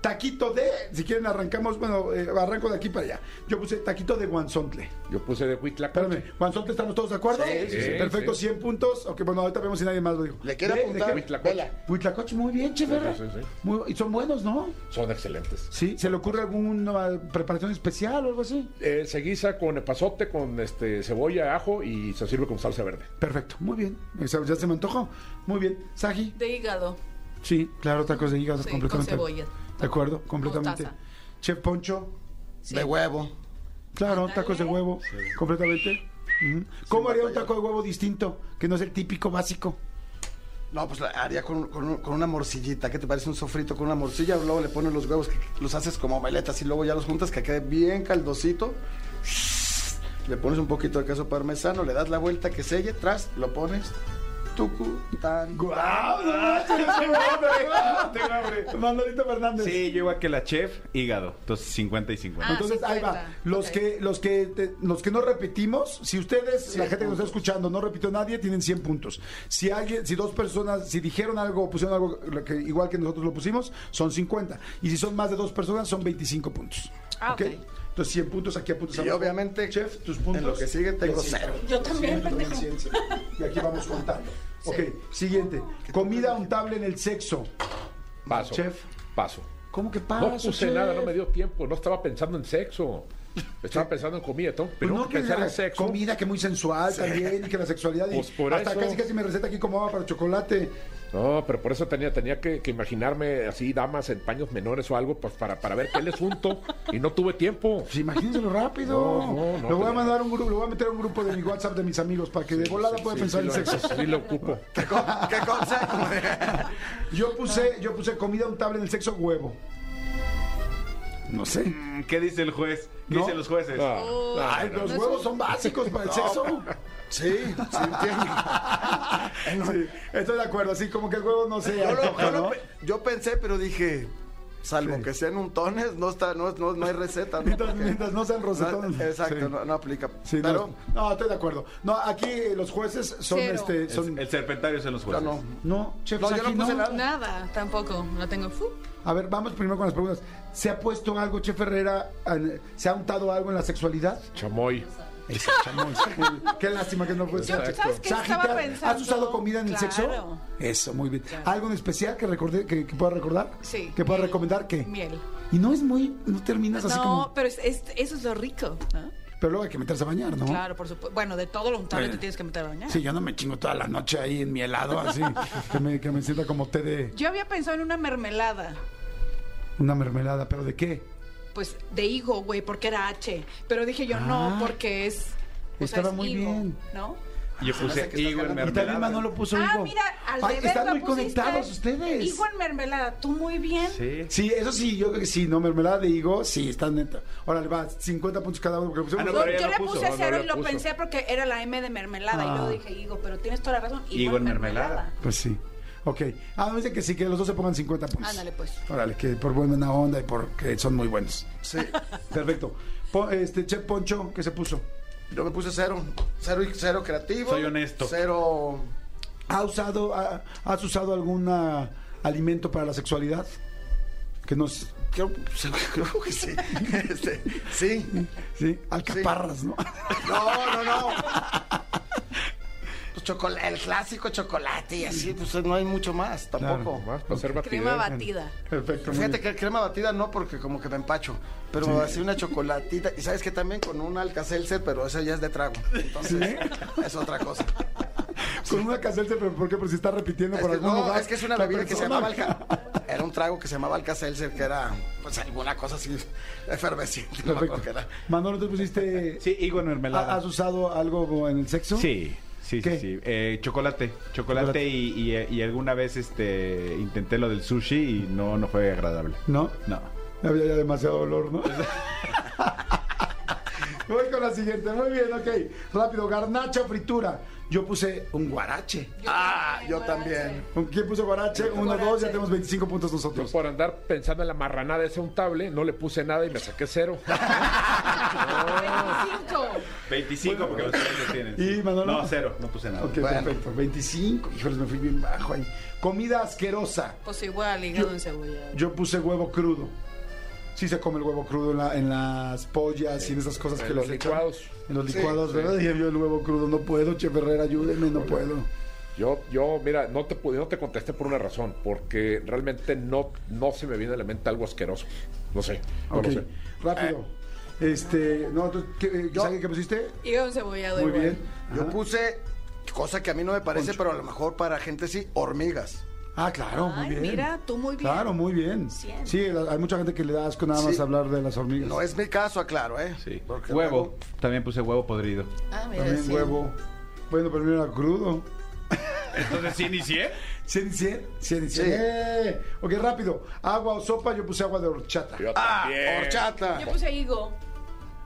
Speaker 1: Taquito de, si quieren arrancamos, bueno, eh, arranco de aquí para allá. Yo puse taquito de guanzontle.
Speaker 4: Yo puse de Huitlacoche.
Speaker 1: Espérame, Guanzontle, ¿estamos todos de acuerdo?
Speaker 3: Sí,
Speaker 4: sí, sí.
Speaker 1: Perfecto,
Speaker 4: Sí.
Speaker 1: 100 puntos. Ok, bueno, ahorita vemos si nadie más lo dijo.
Speaker 3: le quiero
Speaker 1: ¿De- de
Speaker 3: apuntar.
Speaker 1: qué?
Speaker 4: Huitlacoche.
Speaker 3: Vela.
Speaker 1: Huitlacoche, muy bien, chévere.
Speaker 4: Sí, sí, sí.
Speaker 1: Muy- y son buenos, ¿no?
Speaker 4: Son excelentes.
Speaker 1: Sí, ¿se le ocurre alguna preparación especial o algo así?
Speaker 4: Eh, se guisa con epazote, con este cebolla, ajo y se sirve con salsa verde.
Speaker 1: Perfecto, muy bien. O sea, Ya se me antojó. Muy bien. Saji,
Speaker 2: De hígado.
Speaker 1: Sí, claro, tacos de hígado
Speaker 2: Sí,
Speaker 1: completamente.
Speaker 2: con cebolla.
Speaker 1: De acuerdo, completamente.
Speaker 2: Mostaza.
Speaker 1: Chef Poncho,
Speaker 3: De huevo.
Speaker 1: claro, tacos de huevo, completamente. Ujú. ¿Cómo haría un taco de huevo distinto? Que no es el típico básico.
Speaker 3: No, pues la haría con, con un- con una morcillita. ¿Qué te parece un sofrito con una morcilla? Luego le pones los huevos, que los haces como omeletas y luego ya los juntas que quede bien caldosito. Le pones un poquito de queso parmesano, le das la vuelta que selle, tras, lo pones. Tucu, tan.
Speaker 1: ¡Guau! ¡No manches! ¡Tengo hambre! ¡Tengo hambre! Manolito Fernández.
Speaker 8: Sí, yo igual que la chef, hígado. Entonces 50 y 50.
Speaker 2: Ah,
Speaker 1: Entonces,
Speaker 2: sí
Speaker 1: ahí va.
Speaker 2: cuenta.
Speaker 1: Los
Speaker 2: Ok.
Speaker 1: que, los que te- los que no repetimos, si ustedes, la gente que nos está escuchando, no repitió nadie, tienen 100 puntos. Si alguien, si dos personas, si dijeron algo o pusieron algo lo que- igual que nosotros lo pusimos, son 50. Y si son más de dos personas, son 25 puntos.
Speaker 2: Ah,
Speaker 1: ¿Ok?
Speaker 2: ok.
Speaker 1: Entonces 100 puntos aquí apuntas
Speaker 3: Y
Speaker 1: abajo.
Speaker 3: obviamente,
Speaker 1: chef, tus puntos.
Speaker 3: en lo que sigue tengo
Speaker 1: Sí, sí.
Speaker 3: cero.
Speaker 2: Yo también,
Speaker 1: Sí, yo
Speaker 2: pendejo.
Speaker 1: cien, cien. Y aquí vamos contando. Ok, siguiente. Comida untable en el sexo.
Speaker 4: Paso.
Speaker 1: Chef.
Speaker 4: Paso.
Speaker 1: ¿Cómo que pasa?
Speaker 4: No puse
Speaker 1: chef?
Speaker 4: nada, no me dio tiempo. No estaba pensando en sexo. Estaba pensando en comida. Tengo
Speaker 1: Pues
Speaker 4: primero
Speaker 1: no,
Speaker 4: que
Speaker 1: que
Speaker 4: pensar
Speaker 1: la
Speaker 4: en sexo.
Speaker 1: comida que muy sensual también y que la sexualidad y
Speaker 4: Pues por
Speaker 1: hasta
Speaker 4: eso.
Speaker 1: casi casi me receta aquí como agua para chocolate.
Speaker 4: No, pero por eso tenía, tenía que, que imaginarme así damas en paños menores o algo pues, para, para ver qué les junto y no tuve tiempo.
Speaker 1: Pues imagínenselo rápido.
Speaker 4: No, no, no,
Speaker 1: lo voy a
Speaker 4: pero-
Speaker 1: mandar a un grupo, lo voy a meter a un grupo de mi WhatsApp de mis amigos para que de volada pueda
Speaker 4: Sí,
Speaker 1: pensar
Speaker 4: sí
Speaker 1: en
Speaker 4: lo-
Speaker 1: sexo. <laughs>
Speaker 4: Sí lo ocupo.
Speaker 3: ¿Qué consejo?
Speaker 1: Yo puse, yo puse comida untable en el sexo huevo. No sé.
Speaker 8: Mm, ¿Qué dice el juez? ¿Qué
Speaker 1: No.
Speaker 8: dicen los jueces?
Speaker 4: Ah, ah,
Speaker 1: Ay, los huevos son básicos para el sexo.
Speaker 3: Sí, sí, entiendo.
Speaker 1: No, <laughs> Estoy de acuerdo, así como que el huevo no se
Speaker 3: Yo, lo-
Speaker 1: antoja,
Speaker 3: yo lo
Speaker 1: ¿no?
Speaker 3: pe- yo pensé, pero dije, salvo que sean untones, no está, no, no, no hay receta. ¿no?
Speaker 1: Mientras,
Speaker 3: Porque-
Speaker 1: mientras no sean rosetones.
Speaker 3: No, exacto,
Speaker 1: Sí.
Speaker 3: no, no aplica.
Speaker 1: Sí,
Speaker 3: pero
Speaker 1: no, no, estoy de acuerdo. No, aquí eh, los jueces son
Speaker 2: Cero.
Speaker 1: este.
Speaker 8: El-
Speaker 1: Son,
Speaker 8: El, serpentario es en los
Speaker 3: no,
Speaker 8: jueces.
Speaker 3: no.
Speaker 1: No, chef,
Speaker 3: No, yo
Speaker 1: Saki,
Speaker 3: no puse nada.
Speaker 2: Nada, tampoco. No tengo. ¡Fu!
Speaker 1: A ver, vamos primero con las preguntas. ¿Se ha puesto algo, Chef Herrera? eh, ¿Se ha untado algo en la sexualidad?
Speaker 4: Chamoy.
Speaker 1: <laughs> Qué lástima que no fue
Speaker 2: Yo,
Speaker 4: Exacto.
Speaker 2: ¿sabes qué
Speaker 1: Saki,
Speaker 2: estaba
Speaker 1: ¿te ha-
Speaker 2: pensando?
Speaker 1: ¿Has usado comida en el
Speaker 2: Claro.
Speaker 1: sexo? Eso, muy bien. ¿Algo en especial que, recordé, que, que pueda recordar?
Speaker 2: Sí.
Speaker 1: ¿Que pueda
Speaker 2: Miel.
Speaker 1: recomendar qué?
Speaker 2: Miel.
Speaker 1: Y no es muy. No terminas así
Speaker 2: no,
Speaker 1: como.
Speaker 2: pero es- es- eso es lo rico. ¿no?
Speaker 1: Pero luego hay que meterse a bañar, ¿no?
Speaker 2: Claro, por supuesto. Bueno, de todo lo untable
Speaker 1: Eh.
Speaker 2: te tienes que meter a bañar.
Speaker 1: Sí, yo no me chingo toda la noche ahí en mi helado,
Speaker 2: <laughs>
Speaker 1: así. que, me, que me sienta como té de
Speaker 2: Yo había pensado en una mermelada.
Speaker 1: una mermelada, ¿pero de qué?
Speaker 2: Pues de higo, güey, porque era H. Pero dije yo,
Speaker 1: Ah.
Speaker 2: no, porque es. o sea,
Speaker 1: Estaba
Speaker 2: es
Speaker 1: muy
Speaker 2: higo,
Speaker 1: bien.
Speaker 2: ¿no?
Speaker 8: Yo puse higo en
Speaker 1: Y también
Speaker 8: mermelada.
Speaker 1: Manolo puso
Speaker 2: ah,
Speaker 1: higo.
Speaker 2: mira, al
Speaker 1: Ay,
Speaker 2: deber
Speaker 1: están
Speaker 2: la
Speaker 1: muy
Speaker 2: pusiste.
Speaker 1: conectados ustedes.
Speaker 2: Higo en mermelada, tú muy bien.
Speaker 8: Sí.
Speaker 1: Sí, eso sí, yo creo que sí, no, mermelada de higo, sí, está neta. Órale, va, 50 puntos cada uno, porque pusimos-
Speaker 8: Ah, no,
Speaker 2: Yo-
Speaker 8: pero ella
Speaker 2: yo
Speaker 8: lo
Speaker 2: le
Speaker 8: puso,
Speaker 2: puse
Speaker 8: no, no
Speaker 2: cero
Speaker 4: lo
Speaker 2: y lo
Speaker 4: puso.
Speaker 2: pensé porque era la M de mermelada.
Speaker 1: Ah.
Speaker 2: Y luego dije, higo, pero tienes toda la razón. Higo,
Speaker 8: Higo
Speaker 2: en
Speaker 8: en
Speaker 2: mermelada.
Speaker 8: mermelada.
Speaker 1: Pues sí. Ok. Ah, no dice que sí, que los dos se pongan 50 puntos.
Speaker 2: Ándale, pues.
Speaker 1: Órale, que por buena onda y porque son muy buenos.
Speaker 2: <laughs>
Speaker 3: Sí,
Speaker 1: Perfecto. Po- este, Chef Poncho, ¿qué se puso?
Speaker 3: yo me puse cero. Cero, y- cero creativo.
Speaker 8: Soy honesto.
Speaker 3: Cero.
Speaker 1: ¿Ha usado, ha- ¿Has usado algún ah, alimento para la sexualidad? Que no es-
Speaker 3: Creo, <laughs> creo que sí. Este, sí.
Speaker 1: Sí, alcaparras, ¿no?
Speaker 3: <laughs> No, no, no. Pues chocola- el clásico chocolate y así, pues no hay mucho más tampoco.
Speaker 4: Más para hacer
Speaker 2: Crema
Speaker 1: eh.
Speaker 4: batidera.
Speaker 2: batida.
Speaker 1: Perfecto. muy
Speaker 3: Fíjate
Speaker 1: bien.
Speaker 3: que crema batida no, porque como que me empacho. Pero así una chocolatita. Y sabes que también con un alcacelser, pero esa ya es de trago. Entonces, es otra cosa.
Speaker 1: Con una casete, pero ¿por qué? Por si está repitiendo
Speaker 3: Es
Speaker 1: por
Speaker 3: que,
Speaker 1: algún
Speaker 3: no,
Speaker 1: lugar.
Speaker 3: es que es una
Speaker 1: la
Speaker 3: bebida que se
Speaker 1: persona.
Speaker 3: llamaba
Speaker 1: <laughs>
Speaker 3: Alca. Era un trago que se llamaba Alcacelser, que era pues alguna cosa así efervescente. no me acuerdo qué
Speaker 1: Perfecto.
Speaker 3: era.
Speaker 1: Manolo, ¿te pusiste...
Speaker 8: Sí, higo en mermelada.
Speaker 1: ¿Has usado algo en el sexo?
Speaker 8: Sí, sí,
Speaker 1: ¿Qué?
Speaker 8: sí, sí. Eh, chocolate, chocolate,
Speaker 1: Chocolate.
Speaker 8: Y, y- y alguna vez este intenté lo del sushi y no, no fue agradable.
Speaker 1: ¿No?
Speaker 8: No.
Speaker 1: Había ya demasiado dolor,
Speaker 8: <laughs>
Speaker 1: ¿no? Voy con la siguiente. Muy bien, ok. Rápido, garnacha o fritura. Yo puse un guarache.
Speaker 3: Ah, yo también.
Speaker 1: ¿Con quién puso guarache? Uno, dos, ya tenemos 25 puntos
Speaker 4: Yo
Speaker 1: nosotros.
Speaker 4: por andar pensando en la marranada ese untable, no le puse nada y me saqué cero.
Speaker 1: Ah.
Speaker 2: 25.
Speaker 8: 25 porque los chilenos tienen.
Speaker 1: ¿Y, Manolo?
Speaker 8: No, cero, no puse nada.
Speaker 1: Ok,
Speaker 3: Bueno.
Speaker 1: perfecto. 25. Híjoles, me fui bien bajo ahí. Comida asquerosa.
Speaker 2: Pues igual, hígado en cebolla.
Speaker 1: Yo puse huevo crudo. Sí se come el huevo crudo en, la- en las pollas y en esas cosas que
Speaker 4: en los
Speaker 1: le echan.
Speaker 4: licuados.
Speaker 1: En los
Speaker 3: Sí,
Speaker 1: licuados, ¿verdad? Dije yo el huevo crudo. No puedo, Che Ferrera, ayúdeme, no puedo.
Speaker 4: <laughs> Yo, yo, mira, no te pude, no te contesté por una razón, porque realmente no, no se me viene a la mente algo asqueroso. No sé, no
Speaker 1: Ok,
Speaker 4: lo sé.
Speaker 1: rápido. Este, no, tú, ¿qué, eh, ¿saben qué pusiste?
Speaker 2: Hígado en cebollado
Speaker 1: Muy
Speaker 2: igual.
Speaker 1: bien.
Speaker 3: Yo
Speaker 1: Ajá.
Speaker 3: puse, cosa que a mí no me parece, pero a lo mejor para gente sí, hormigas.
Speaker 1: Ah, claro, muy
Speaker 2: Ay,
Speaker 1: bien.
Speaker 2: mira, tú muy bien.
Speaker 1: Claro, muy bien.
Speaker 2: Cien.
Speaker 1: Sí, la- hay mucha gente que le da asco nada más
Speaker 3: Sí.
Speaker 1: hablar de las hormigas.
Speaker 3: No es mi caso, aclaro, ¿eh?
Speaker 8: Sí.
Speaker 3: Porque
Speaker 8: Huevo,
Speaker 3: luego-
Speaker 8: también puse huevo podrido.
Speaker 2: Ah, mira,
Speaker 1: También
Speaker 2: sí.
Speaker 1: huevo. Bueno, pero mira, crudo.
Speaker 8: Entonces sí inicié.
Speaker 1: 100 y 100. 100 y 100.
Speaker 3: Sí.
Speaker 1: ¡Eh! Ok, rápido. Agua o sopa, yo puse agua de horchata.
Speaker 4: Yo
Speaker 3: Ah,
Speaker 4: también.
Speaker 3: horchata.
Speaker 2: Yo puse higo.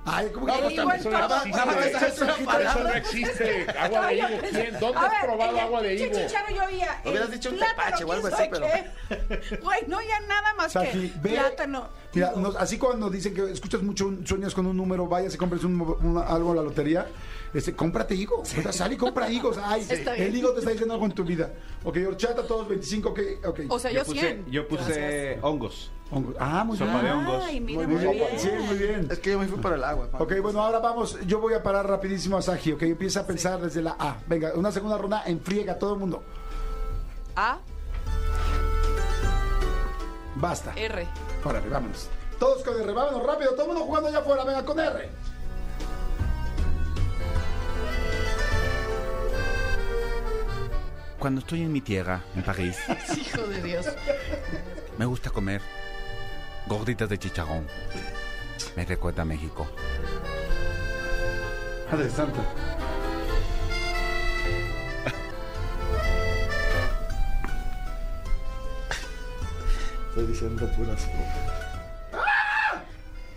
Speaker 1: Ay, ¿cómo que
Speaker 2: Pero
Speaker 1: no,
Speaker 2: igual
Speaker 4: Eso
Speaker 2: todo.
Speaker 4: no
Speaker 3: Nada más
Speaker 4: existe.
Speaker 3: esa es una
Speaker 4: Eso no
Speaker 3: palabra.
Speaker 4: existe.
Speaker 2: <laughs>
Speaker 4: Agua de higo. ¿Quién? ¿Dónde has probado agua de higo?
Speaker 2: Chicharo, yo oía.
Speaker 3: Hubieras
Speaker 2: el
Speaker 3: dicho un
Speaker 2: plátano,
Speaker 3: tepache o algo
Speaker 2: ¿quién
Speaker 3: así,
Speaker 2: sabe qué? Güey, no ya nada más
Speaker 1: Safi,
Speaker 2: que
Speaker 1: ve-
Speaker 2: plátano.
Speaker 1: Mira,
Speaker 2: higo.
Speaker 1: nos- así cuando dicen que escuchas mucho, un- sueñas con un número, vayas y compres un, un- algo a la lotería, este, cómprate higo. O sea, sal y compra higos. Ay,
Speaker 2: Está bien.
Speaker 1: el higo te está diciendo algo en tu vida. Ok, horchata, todos 25, ok. okay.
Speaker 2: O sea, yo,
Speaker 8: Yo puse,
Speaker 2: 100.
Speaker 8: yo puse hongos.
Speaker 1: Hongo- Ah, muy
Speaker 8: Sopa de
Speaker 1: bien.
Speaker 8: hongos.
Speaker 2: Ay, mira,
Speaker 1: Muy
Speaker 2: muy
Speaker 1: bien.
Speaker 2: bien.
Speaker 1: Sí, muy bien.
Speaker 3: Es que yo me fui por el agua. Juan.
Speaker 1: Ok, bueno, ahora vamos. Yo voy a parar rapidísimo a Saji, ok. Empieza a pensar desde la A. Venga, una segunda ronda en friega, todo el mundo.
Speaker 2: A,
Speaker 1: Basta.
Speaker 2: R. <laughs>
Speaker 1: Órale, vámonos. Todos con R, vámonos rápido, todo el mundo jugando allá afuera, venga con R.
Speaker 5: Cuando estoy en mi tierra, en París,
Speaker 2: Hijo de Dios.
Speaker 5: me gusta comer gorditas de chicharrón. Me recuerda a México.
Speaker 1: Madre santa.
Speaker 3: Estoy diciendo puras.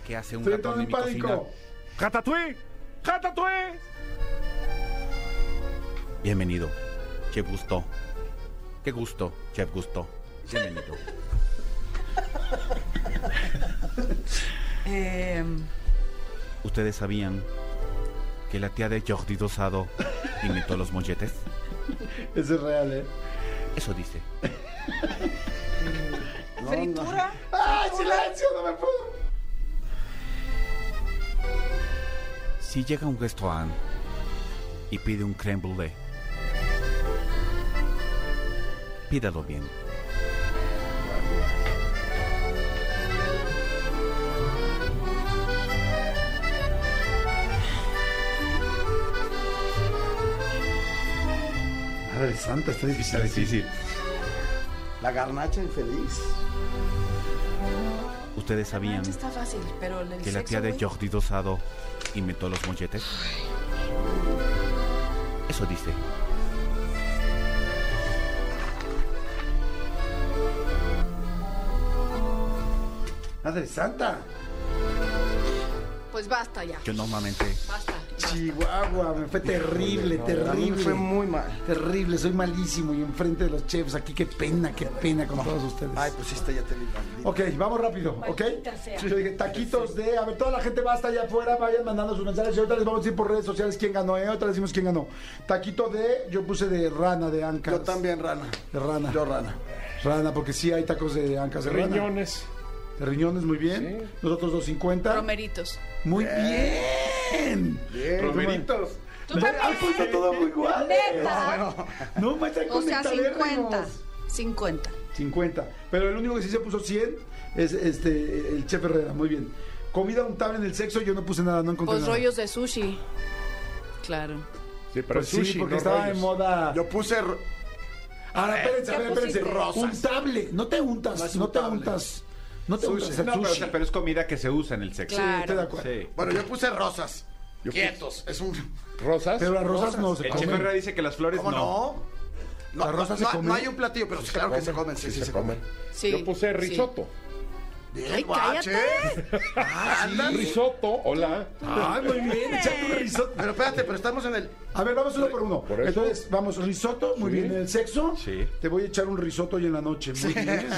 Speaker 5: ¿Qué hace un
Speaker 1: Estoy
Speaker 5: ratón en
Speaker 1: entrando en
Speaker 5: mi cocina?
Speaker 1: pánico.
Speaker 5: ¡Ratatouille! ¡Ratatouille! Bienvenido, Chef Gusto. Qué gusto, Chef Gusto. Bienvenido.
Speaker 2: Em,
Speaker 5: ¿Ustedes sabían que la tía de Jordi Dosado imitó los molletes?
Speaker 1: Eso es real, ¿eh?
Speaker 5: Eso dice.
Speaker 2: fritura.
Speaker 1: ¡Ay, silencio! No me puedo.
Speaker 5: Si llega a un restaurante y pide un crème brûlée, pídalo bien.
Speaker 1: Madre santa, está difícil.
Speaker 5: difícil.
Speaker 3: La garnacha infeliz.
Speaker 5: ¿Ustedes sabían
Speaker 2: Mancha está fácil, pero el
Speaker 5: que la
Speaker 2: sexo,
Speaker 5: tía de
Speaker 2: güey.
Speaker 5: Jordi Dosado imitó los molletes? Eso dice.
Speaker 1: Madre santa.
Speaker 2: Pues basta ya.
Speaker 5: Yo normalmente
Speaker 2: Basta.
Speaker 1: Chihuahua, me fue terrible,
Speaker 3: A mí me
Speaker 1: terrible.
Speaker 3: fue muy mal.
Speaker 1: terrible, soy malísimo y enfrente de los chefs aquí, qué pena, qué pena con todos ustedes.
Speaker 3: Ay, pues esta ya te vi maldita.
Speaker 1: Ok, vamos rápido, ¿ok?
Speaker 2: Maldita sea.
Speaker 1: Yo dije, taquitos de. A ver, toda la gente basta allá afuera, vayan mandando sus mensajes. Y ahorita les vamos a decir por redes sociales quién ganó, ¿eh? Ahorita les decimos quién ganó. Taquito de. Yo puse de rana, de anca.
Speaker 3: Yo también, rana.
Speaker 1: De rana.
Speaker 3: Yo, rana.
Speaker 1: Rana, porque sí hay tacos de ancas de rana.
Speaker 4: Riñones.
Speaker 1: De riñones, muy bien. Nosotros 250.
Speaker 2: Romeritos.
Speaker 1: Muy bien.
Speaker 4: Romeritos.
Speaker 2: Tú también.
Speaker 1: Has puesto pues, todo muy igual.
Speaker 2: Neta.
Speaker 1: No, me
Speaker 2: O sea, 50.
Speaker 1: rimos.
Speaker 2: 50.
Speaker 1: 50. Pero el único que sí se puso 100 es este el chef Herrera. Muy bien. Comida untable en el sexo, yo no puse nada, no encontré
Speaker 2: Pues
Speaker 1: nada.
Speaker 2: rollos de sushi. Claro.
Speaker 4: Sí, pero
Speaker 1: Pues
Speaker 4: es sushi,
Speaker 1: sí, porque
Speaker 4: no
Speaker 1: estaba
Speaker 4: rollos.
Speaker 1: en moda.
Speaker 3: Yo puse. r-
Speaker 1: Ahora, espérense,
Speaker 2: ¿Qué
Speaker 1: a ver, espérense.
Speaker 2: pusiste?
Speaker 1: Untable, no te
Speaker 3: No
Speaker 1: untas,
Speaker 3: es
Speaker 1: no, te
Speaker 3: untable.
Speaker 1: untas. No te untas el
Speaker 8: No, pero, o
Speaker 1: sushi.
Speaker 8: sea, pero es comida que se usa en el sexo.
Speaker 2: Claro.
Speaker 1: Estoy de acuerdo.
Speaker 8: Sí.
Speaker 3: Bueno, yo puse rosas.
Speaker 4: Yo puse-
Speaker 3: Quietos. Es un.
Speaker 4: ¿Rosas?
Speaker 1: Pero las rosas no se
Speaker 8: El Checo Herrera
Speaker 1: comen.
Speaker 8: dice que las flores
Speaker 3: ¿Cómo
Speaker 8: no.
Speaker 3: no? No,
Speaker 1: ¿La rosa
Speaker 3: no,
Speaker 1: se
Speaker 3: no-
Speaker 1: come?
Speaker 3: no hay un platillo, pero claro que se comen. Sí, sí, se, comen.
Speaker 2: Sí.
Speaker 4: Yo puse
Speaker 2: sí.
Speaker 4: risotto.
Speaker 3: Bien,
Speaker 2: Ay,
Speaker 3: guache. Ah, Ándale.
Speaker 4: Risotto, hola.
Speaker 1: Ay, muy bien, echa tu risotto.
Speaker 3: Pero espérate, pero estamos en el.
Speaker 1: A ver, vamos uno por uno.
Speaker 4: Por eso.
Speaker 1: Entonces, vamos, risotto, muy
Speaker 4: Sí.
Speaker 1: bien. En el sexo,
Speaker 8: Sí.
Speaker 1: te voy a echar un risotto hoy en la noche. Muy
Speaker 3: <laughs>
Speaker 1: bien.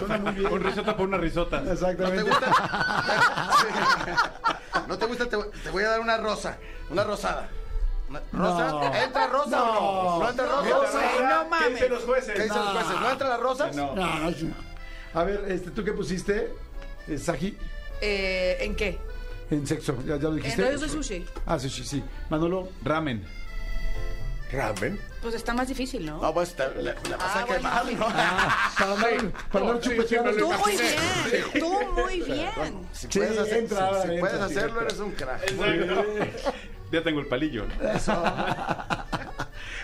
Speaker 1: Suena muy bien.
Speaker 8: Un risotto por una risota.
Speaker 3: ¿No te
Speaker 1: Exactamente.
Speaker 3: gusta? <laughs> Sí. No te gusta, te, voy- te voy a dar una rosa. Una rosada. Una- ¿Rosa?
Speaker 1: No.
Speaker 3: ¿Entra rosa o no?
Speaker 1: No.
Speaker 3: ¿No entra rosa?
Speaker 1: No,
Speaker 3: ¿Qué
Speaker 2: no mames.
Speaker 8: ¿Qué dicen los jueces?
Speaker 3: dicen los jueces? ¿No entra las rosas?
Speaker 8: No.
Speaker 1: No, no, no. A ver, este, ¿tú qué pusiste, eh, Saji?
Speaker 2: Eh, ¿En qué?
Speaker 1: En sexo, ya, ya lo
Speaker 2: En
Speaker 1: dijiste.
Speaker 3: Eh,
Speaker 2: rollos de sushi.
Speaker 1: Ah, sí, sí, sí. Manolo.
Speaker 8: Ramen.
Speaker 4: Ramen.
Speaker 2: Pues está más difícil, ¿no?
Speaker 1: Ah,
Speaker 3: No, pues te, la, la vas a
Speaker 2: Ah, bueno,
Speaker 3: quemar, ¿no?
Speaker 1: Para andar, para andar
Speaker 4: sí, sí,
Speaker 1: chupeteando.
Speaker 4: me lo
Speaker 2: Tú muy bien. Tú muy bien.
Speaker 3: <laughs> Si
Speaker 1: Sí,
Speaker 3: puedes, hacer-
Speaker 1: entra,
Speaker 3: si- si
Speaker 1: entra,
Speaker 3: puedes
Speaker 1: sí,
Speaker 3: hacerlo, eres un crack.
Speaker 8: Ya tengo el palillo.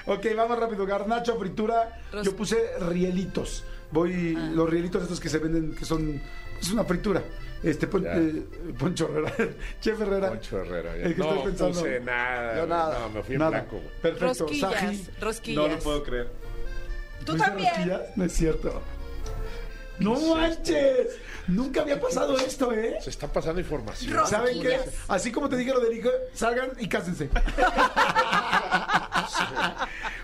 Speaker 1: ok, vamos rápido. Garnacha, fritura.
Speaker 2: Ros- Ah.
Speaker 1: Yo puse rielitos. Voy, los rielitos estos que se venden, que son. Es una fritura. Este, pon-
Speaker 4: Ya.
Speaker 1: eh, Poncho Herrera. <laughs> Chef Herrera.
Speaker 4: Poncho Herrera. ya.
Speaker 1: El que
Speaker 4: No
Speaker 1: estás pensando.
Speaker 4: puse nada.
Speaker 3: Yo nada.
Speaker 4: No, me fui en
Speaker 1: Nada.
Speaker 4: blanco. güey.
Speaker 1: Perfecto. Saji.
Speaker 2: Rosquillas.
Speaker 8: No
Speaker 2: Rosquillas.
Speaker 8: lo puedo creer.
Speaker 2: Tú
Speaker 1: ¿No hice
Speaker 2: también.
Speaker 1: rosquillas? No es cierto. No manches. Nunca había pasado esto, ¿eh?
Speaker 4: Se está pasando información.
Speaker 2: Ro-
Speaker 1: ¿Saben qué?
Speaker 2: Rosquillas.
Speaker 1: Así como te dije lo del hijo, salgan y
Speaker 2: <laughs>
Speaker 1: cásense.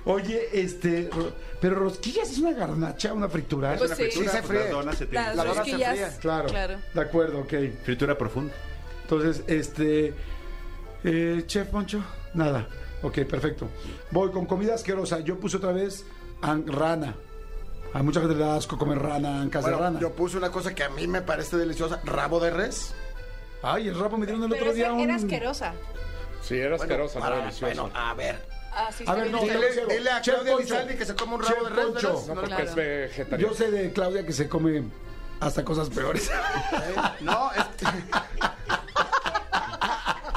Speaker 1: Oye, este, ro- pero rosquillas es una garnacha, una fritura.
Speaker 2: Pues sí.
Speaker 8: Fritura,
Speaker 3: se
Speaker 8: pues,
Speaker 3: fríe.
Speaker 8: Las donas se tienen.
Speaker 2: Las
Speaker 3: La dona se
Speaker 2: rosquillas.
Speaker 3: fría.
Speaker 1: Claro,
Speaker 2: Claro.
Speaker 1: De acuerdo, ok.
Speaker 8: Fritura profunda.
Speaker 1: Entonces, este, eh, chef Poncho, nada. Ok, perfecto. Voy con comida asquerosa. Yo puse otra vez an- rana. A mucha gente le da asco comer rana, ancas de
Speaker 3: Bueno,
Speaker 1: rana.
Speaker 3: yo puse una cosa que a mí me parece deliciosa, rabo de res.
Speaker 1: Ay, el rapo me dieron el
Speaker 2: Pero
Speaker 1: otro
Speaker 2: esa
Speaker 1: día un...
Speaker 2: era asquerosa.
Speaker 4: Sí, era
Speaker 3: Bueno,
Speaker 4: asquerosa,
Speaker 3: para-
Speaker 4: no delicioso.
Speaker 3: Bueno, a
Speaker 1: <laughs>
Speaker 3: ver.
Speaker 2: Ah, sí,
Speaker 1: A ver,
Speaker 2: está
Speaker 1: no,
Speaker 2: bien.
Speaker 3: Dile,
Speaker 1: Chef
Speaker 3: dile a
Speaker 1: Poncho.
Speaker 3: Claudia Lizaldi que se coma un rabo
Speaker 1: Chef
Speaker 3: de res.
Speaker 1: Poncho.
Speaker 3: ¿verdad?
Speaker 4: no,
Speaker 3: No,
Speaker 4: porque
Speaker 2: claro.
Speaker 4: es vegetariano.
Speaker 1: Yo sé de Claudia que se come hasta cosas
Speaker 3: <laughs>
Speaker 1: peores.
Speaker 3: No,
Speaker 1: <laughs>
Speaker 3: es-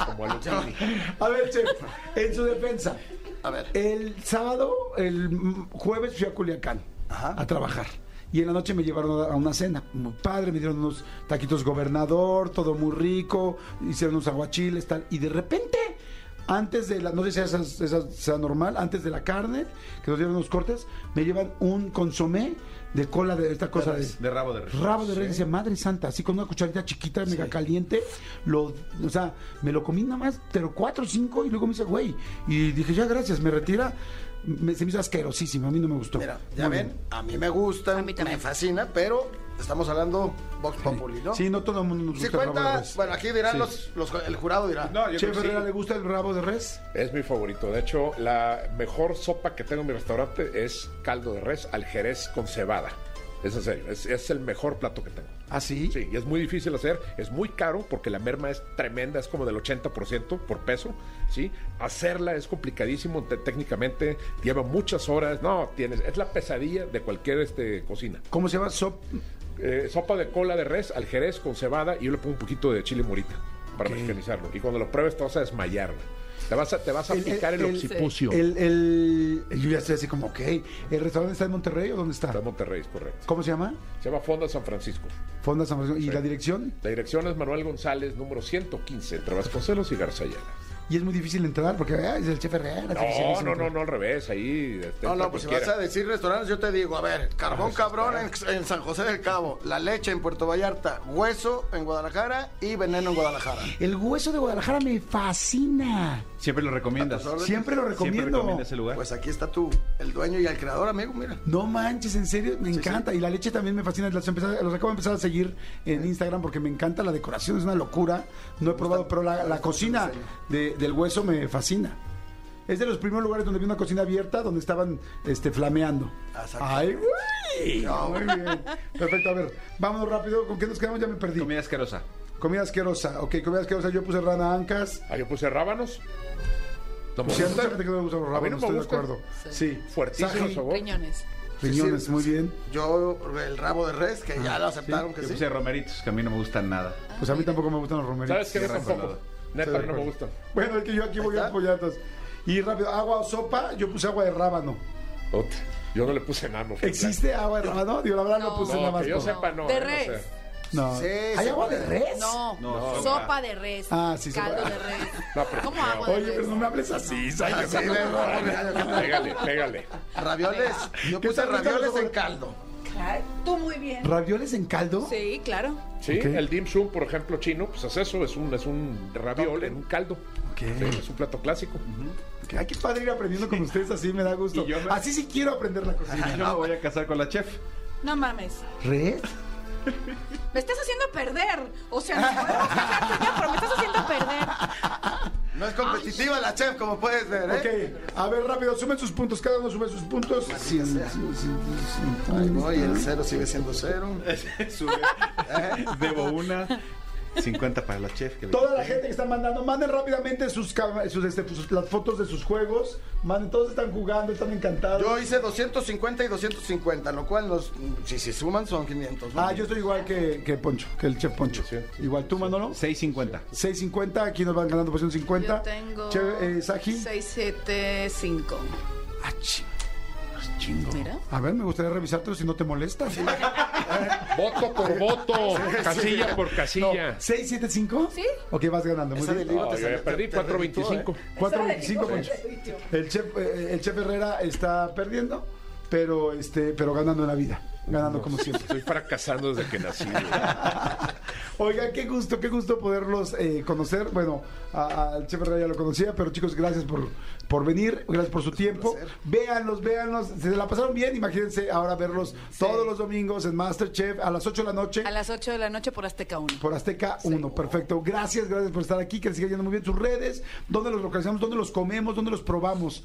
Speaker 4: como a Lucini.
Speaker 1: A ver, chef, en su defensa.
Speaker 3: A ver.
Speaker 1: El sábado, el mm, jueves fui a Culiacán
Speaker 3: Ajá.
Speaker 1: a trabajar. Y en la noche me llevaron a una cena. Muy padre, me dieron unos taquitos gobernador, todo muy rico, hicieron unos aguachiles, tal. Y de repente, antes de la, no sé si esa, esa sea normal, antes de la carne, que nos dieron unos cortes, me llevan un consomé de cola de esta cosa de,
Speaker 8: De rabo de res.
Speaker 1: Rabo de res, decía, madre santa, así con una cucharita chiquita, mega caliente, lo, o sea, me lo comí nada más, pero cuatro o cinco, y luego me dice, güey, y dije, ya gracias, me retira, me, se me hizo asquerosísimo, a mí no me gustó.
Speaker 3: mira, ya
Speaker 1: Muy
Speaker 3: ven,
Speaker 1: bien.
Speaker 3: a mí me gusta,
Speaker 2: A mí también.
Speaker 3: me fascina, pero estamos hablando Vox Populi, ¿no?
Speaker 1: Sí, no todo el mundo nos
Speaker 3: Si
Speaker 1: gusta el rabo de
Speaker 3: cuenta,
Speaker 1: res.
Speaker 3: bueno, aquí dirán los, los- el jurado dirá.
Speaker 8: No, yo
Speaker 1: Chef
Speaker 8: creo que sí.
Speaker 1: Herrera, ¿le gusta el rabo de res?
Speaker 4: Es mi favorito. De hecho, la mejor sopa que tengo en mi restaurante es caldo de res al jerez con cebada. Es en serio, es, es el mejor plato que tengo.
Speaker 1: ¿Ah, sí?
Speaker 4: Sí, y es muy difícil hacer, es muy caro porque la merma es tremenda, es como del 80% por peso, ¿sí? Hacerla es complicadísimo te- técnicamente, lleva muchas horas, no, tienes, es la pesadilla de cualquier este, cocina.
Speaker 1: ¿Cómo se llama? Sop.
Speaker 4: Eh, sopa de cola de res al jerez con cebada y yo le pongo un poquito de chile morita para mexicanizarlo. Y cuando lo pruebes te vas a desmayar, güey. Te vas a, te vas a
Speaker 1: El-
Speaker 4: picar el,
Speaker 1: el-
Speaker 4: occipucio.
Speaker 1: El, el, yo ya estoy así como, ok, ¿el restaurante está en Monterrey o dónde está?
Speaker 4: Está en Monterrey, es correcto.
Speaker 1: ¿Cómo se llama?
Speaker 4: Se llama Fonda San Francisco.
Speaker 1: Fonda San Francisco. ¿Y la dirección?
Speaker 4: La dirección es Manuel González, número 115, entre Vasconcelos y Garzayana. Y
Speaker 1: Y es muy difícil entrar porque ay, es el chef Herrera. es
Speaker 4: No,
Speaker 1: dificilísimo
Speaker 4: no, no,
Speaker 1: entrar.
Speaker 4: no, al revés, ahí... este,
Speaker 3: No,
Speaker 4: entra
Speaker 3: no, pues si vas
Speaker 4: cualquiera.
Speaker 3: a decir restaurantes, yo te digo, a ver,
Speaker 1: Ah,
Speaker 3: carbón cabrón en, en San José del Cabo, la leche en Puerto Vallarta, hueso en Guadalajara y veneno en Guadalajara.
Speaker 1: El hueso de Guadalajara me fascina.
Speaker 8: Siempre lo recomiendas.
Speaker 3: A tus órdenes.
Speaker 1: Siempre lo recomiendo.
Speaker 8: Siempre recomiendas ese lugar.
Speaker 3: Pues aquí está tú, el dueño y el creador, amigo, mira.
Speaker 1: No manches, en serio, me encanta. Y la leche también me fascina. Los, empecé- los acabo de empezar a seguir en Instagram porque me encanta la decoración, es una locura. No he probado, pero la, la cocina de- del hueso me fascina. Es de los primeros lugares donde vi una cocina abierta donde estaban este, flameando.
Speaker 3: Exacto.
Speaker 1: ¡Ay, güey! Muy bien. Perfecto, a ver, vámonos rápido. ¿Con qué nos quedamos? Ya me perdí.
Speaker 8: Comida asquerosa.
Speaker 1: Comida asquerosa. Ok, comida asquerosa. Yo puse rana ancas.
Speaker 4: Ah, yo puse rábanos. Pues, No me
Speaker 1: Sí, a
Speaker 4: gusta.
Speaker 1: mucha gente que no le gusta
Speaker 4: A
Speaker 1: los
Speaker 4: mí no
Speaker 1: rábanos,
Speaker 4: me
Speaker 1: estoy de
Speaker 4: gusta.
Speaker 1: acuerdo. Sí.
Speaker 4: Fuertísimo
Speaker 1: Saji,
Speaker 4: sabor.
Speaker 2: Riñones.
Speaker 1: riñones,
Speaker 3: Sí, sí.
Speaker 1: muy bien. Ah,
Speaker 3: Yo, el rabo de res, que ya lo aceptaron que
Speaker 8: Yo
Speaker 3: sí. <laughs>
Speaker 8: puse romeritos, que a mí no me gustan nada.
Speaker 1: Pues a mí tampoco me gustan los romeritos.
Speaker 4: ¿Sabes qué? No,
Speaker 8: Tierra
Speaker 4: tampoco.
Speaker 8: colada.
Speaker 4: Neta,
Speaker 1: Estoy de
Speaker 4: no me
Speaker 1: acuerdo.
Speaker 4: gusta.
Speaker 1: Bueno, es que yo aquí voy a apoyatas. Y rápido, agua o sopa, yo puse agua de rábano.
Speaker 4: Ot, Yo no le puse nano. fue
Speaker 1: ¿Existe agua de rábano? Digo, la verdad no,
Speaker 2: No.
Speaker 1: puse
Speaker 4: blanco.
Speaker 1: nada
Speaker 4: No,
Speaker 1: más.
Speaker 4: que yo
Speaker 1: por-
Speaker 4: sepa, no.
Speaker 2: De
Speaker 4: eh, no
Speaker 2: res.
Speaker 4: sé.
Speaker 1: No.
Speaker 3: Sí,
Speaker 1: ¿Hay
Speaker 3: sí,
Speaker 1: agua de
Speaker 3: puede.
Speaker 1: res?
Speaker 2: No,
Speaker 8: No,
Speaker 2: sopa.
Speaker 8: sopa.
Speaker 2: de res.
Speaker 1: Ah, sí, sopa.
Speaker 2: Caldo
Speaker 1: <laughs>
Speaker 2: de res.
Speaker 4: No, pero-
Speaker 2: ¿Cómo agua de
Speaker 1: Oye,
Speaker 2: res?
Speaker 1: pero no me hables así, ¿sabes?
Speaker 3: Ah, sí,
Speaker 1: <laughs>
Speaker 3: de rabo.
Speaker 4: Pégale, pégale.
Speaker 3: Ravioles, yo
Speaker 1: ¿Qué
Speaker 3: puse
Speaker 1: tal que están
Speaker 3: ravioles
Speaker 1: los
Speaker 3: en
Speaker 1: ojos?
Speaker 3: caldo.
Speaker 2: Claro, Tú muy bien.
Speaker 1: ¿Ravioles en caldo?
Speaker 2: Sí, claro.
Speaker 4: Sí,
Speaker 1: Ok.
Speaker 4: el dim sum, por ejemplo, chino, pues es eso, es un, es un raviol en un caldo. Sí, es un plato clásico.
Speaker 1: Ay, qué padre ir aprendiendo con ustedes así, me da gusto.
Speaker 8: Y yo me-
Speaker 1: Así sí quiero aprender la cocina.
Speaker 8: Yo no me voy a casar con la chef.
Speaker 2: No mames.
Speaker 1: ¿Res?
Speaker 2: Me estás haciendo perder. O sea, no podemos casarte ya, pero me estás haciendo perder.
Speaker 3: No es competitiva la chef, como puedes ver, ¿eh?
Speaker 1: Ok, a ver, rápido, sumen sus puntos, cada uno sube sus puntos. Sí, sí, sí, sí, sí.
Speaker 3: Ahí voy, el cero sigue siendo cero.
Speaker 8: Sube. <laughs> Debo una. 50 para la chef. que le-
Speaker 1: Toda la gente que está mandando, manden rápidamente sus, cam- sus, este, sus- las fotos de sus juegos. Manden, todos están jugando, están encantados.
Speaker 3: Yo hice 250 y 250, lo cual los, si se suman son 500. ¿no?
Speaker 1: Ah, yo estoy igual que, que Poncho, que el chef Poncho.
Speaker 4: Sí, sí,
Speaker 1: igual tú, Manolo.
Speaker 8: 650.
Speaker 1: 6.50, aquí nos van ganando por 1.50.
Speaker 2: Yo tengo.
Speaker 1: Che, eh, Saji.
Speaker 2: 675.
Speaker 1: Ah, chi- ah,
Speaker 2: Mira.
Speaker 1: A ver, me gustaría revisártelo si no te molesta.
Speaker 4: Voto por voto, casilla por casilla.
Speaker 1: ¿6.75?
Speaker 2: Sí.
Speaker 1: Ok, vas ganando. Muy
Speaker 3: Esa
Speaker 1: bien.
Speaker 3: del libro
Speaker 4: No,
Speaker 3: te
Speaker 4: yo
Speaker 3: salió-
Speaker 4: ya perdí
Speaker 3: te- te
Speaker 4: 4.25.
Speaker 3: reventó, ¿eh?
Speaker 1: 4.25, Poncho. El chef, eh, el chef Herrera está perdiendo, pero, este, pero ganando en la vida. Ganando como siempre.
Speaker 4: Estoy fracasando desde que nací. güey.
Speaker 1: <laughs> Oiga, qué gusto, qué gusto poderlos eh, conocer. Bueno, a- al Chef Herrera ya lo conocía, pero chicos, gracias por, por venir, gracias por su tiempo. Véanlos, véanlos. Se la pasaron bien, imagínense ahora verlos todos los domingos en Masterchef a las 8 de la noche.
Speaker 2: A las 8 de la noche por Azteca 1.
Speaker 1: Por Azteca 1, perfecto. Gracias, gracias por estar aquí, que les siga yendo muy bien sus redes, dónde los localizamos, dónde los comemos, dónde los probamos.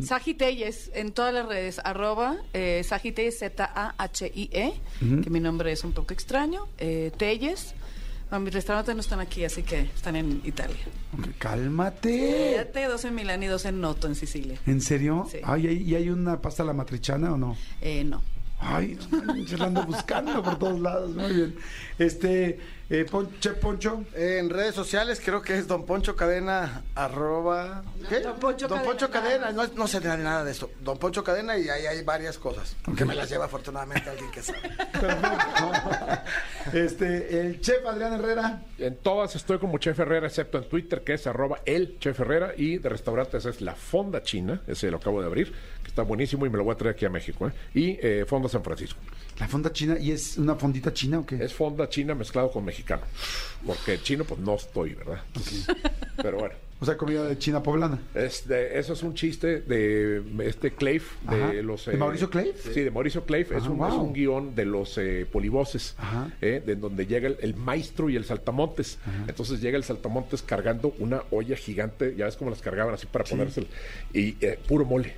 Speaker 2: Saji Telles, en todas las redes, arroba eh, Saji Telles, Z-A-H-I-E, E, que mi nombre es un poco extraño, eh, Telles. Bueno, mis restaurantes no están aquí, así que están en Italia.
Speaker 1: Ok, Cálmate.
Speaker 2: Fíjate, dos en Milán y dos en Noto, en Sicilia.
Speaker 1: ¿En serio?
Speaker 2: Sí.
Speaker 1: Ay, ¿y hay- ¿Y hay una pasta a la matrichana o no?
Speaker 2: Eh, no.
Speaker 1: Ay, <laughs> no manches, la ando buscando por todos lados. Muy bien. Este, eh, Pon- Chef Poncho. <laughs>
Speaker 3: En redes sociales creo que es Don Poncho Cadena, arroba... ¿Qué? Don Poncho Cadena. no, no sé de nada de esto. Don Poncho Cadena y ahí hay varias cosas. Que me las lleva afortunadamente alguien que sabe.
Speaker 1: Este, el Chef Adrián Herrera.
Speaker 4: En todas estoy como Chef Herrera, excepto en Twitter, que es arroba el Chef Herrera. Y de restaurantes es La Fonda China, ese lo acabo de abrir, que está buenísimo y me lo voy a traer aquí a México. ¿eh? Y eh, Fonda San Francisco.
Speaker 1: La fonda china, ¿y es una fondita china o qué?
Speaker 4: Es Fonda China mezclado con mexicano. Porque chino, pues no estoy, ¿verdad? Pero bueno.
Speaker 1: O sea, comida de China poblana.
Speaker 4: Este, eso es un chiste de este Clave, de
Speaker 1: Ajá.
Speaker 4: los... eh,
Speaker 1: ¿De Mauricio Clave?
Speaker 4: Sí, de Mauricio Clave. es,
Speaker 1: Ah,
Speaker 4: un,
Speaker 1: wow.
Speaker 4: es un guión de los eh, polivoces,
Speaker 1: Ajá.
Speaker 4: eh, de donde llega el, el maestro y el saltamontes. Entonces llega el saltamontes cargando una olla gigante, ya ves cómo las cargaban así para ponérsela, y eh, puro mole.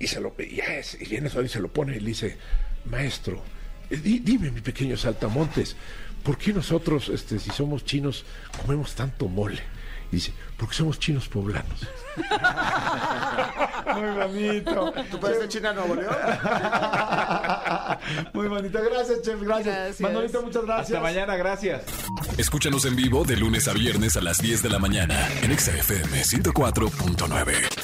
Speaker 4: Y, se lo, y, ya es- y viene eso y se lo pone y le dice, maestro, eh, di- dime mi pequeño saltamontes, ¿por qué nosotros, este, si somos chinos, comemos tanto mole? Y dice, porque somos chinos poblanos.
Speaker 1: Muy <laughs> bonito.
Speaker 3: ¿Tú puedes ser China Nuevo León?
Speaker 1: <laughs> Muy bonito. Gracias, Chef. Gracias.
Speaker 2: Gracias.
Speaker 1: Manolito, muchas gracias.
Speaker 8: Hasta mañana, gracias.
Speaker 7: Escúchanos en vivo de lunes a viernes a las 10 de la mañana en Exa FM 104.9.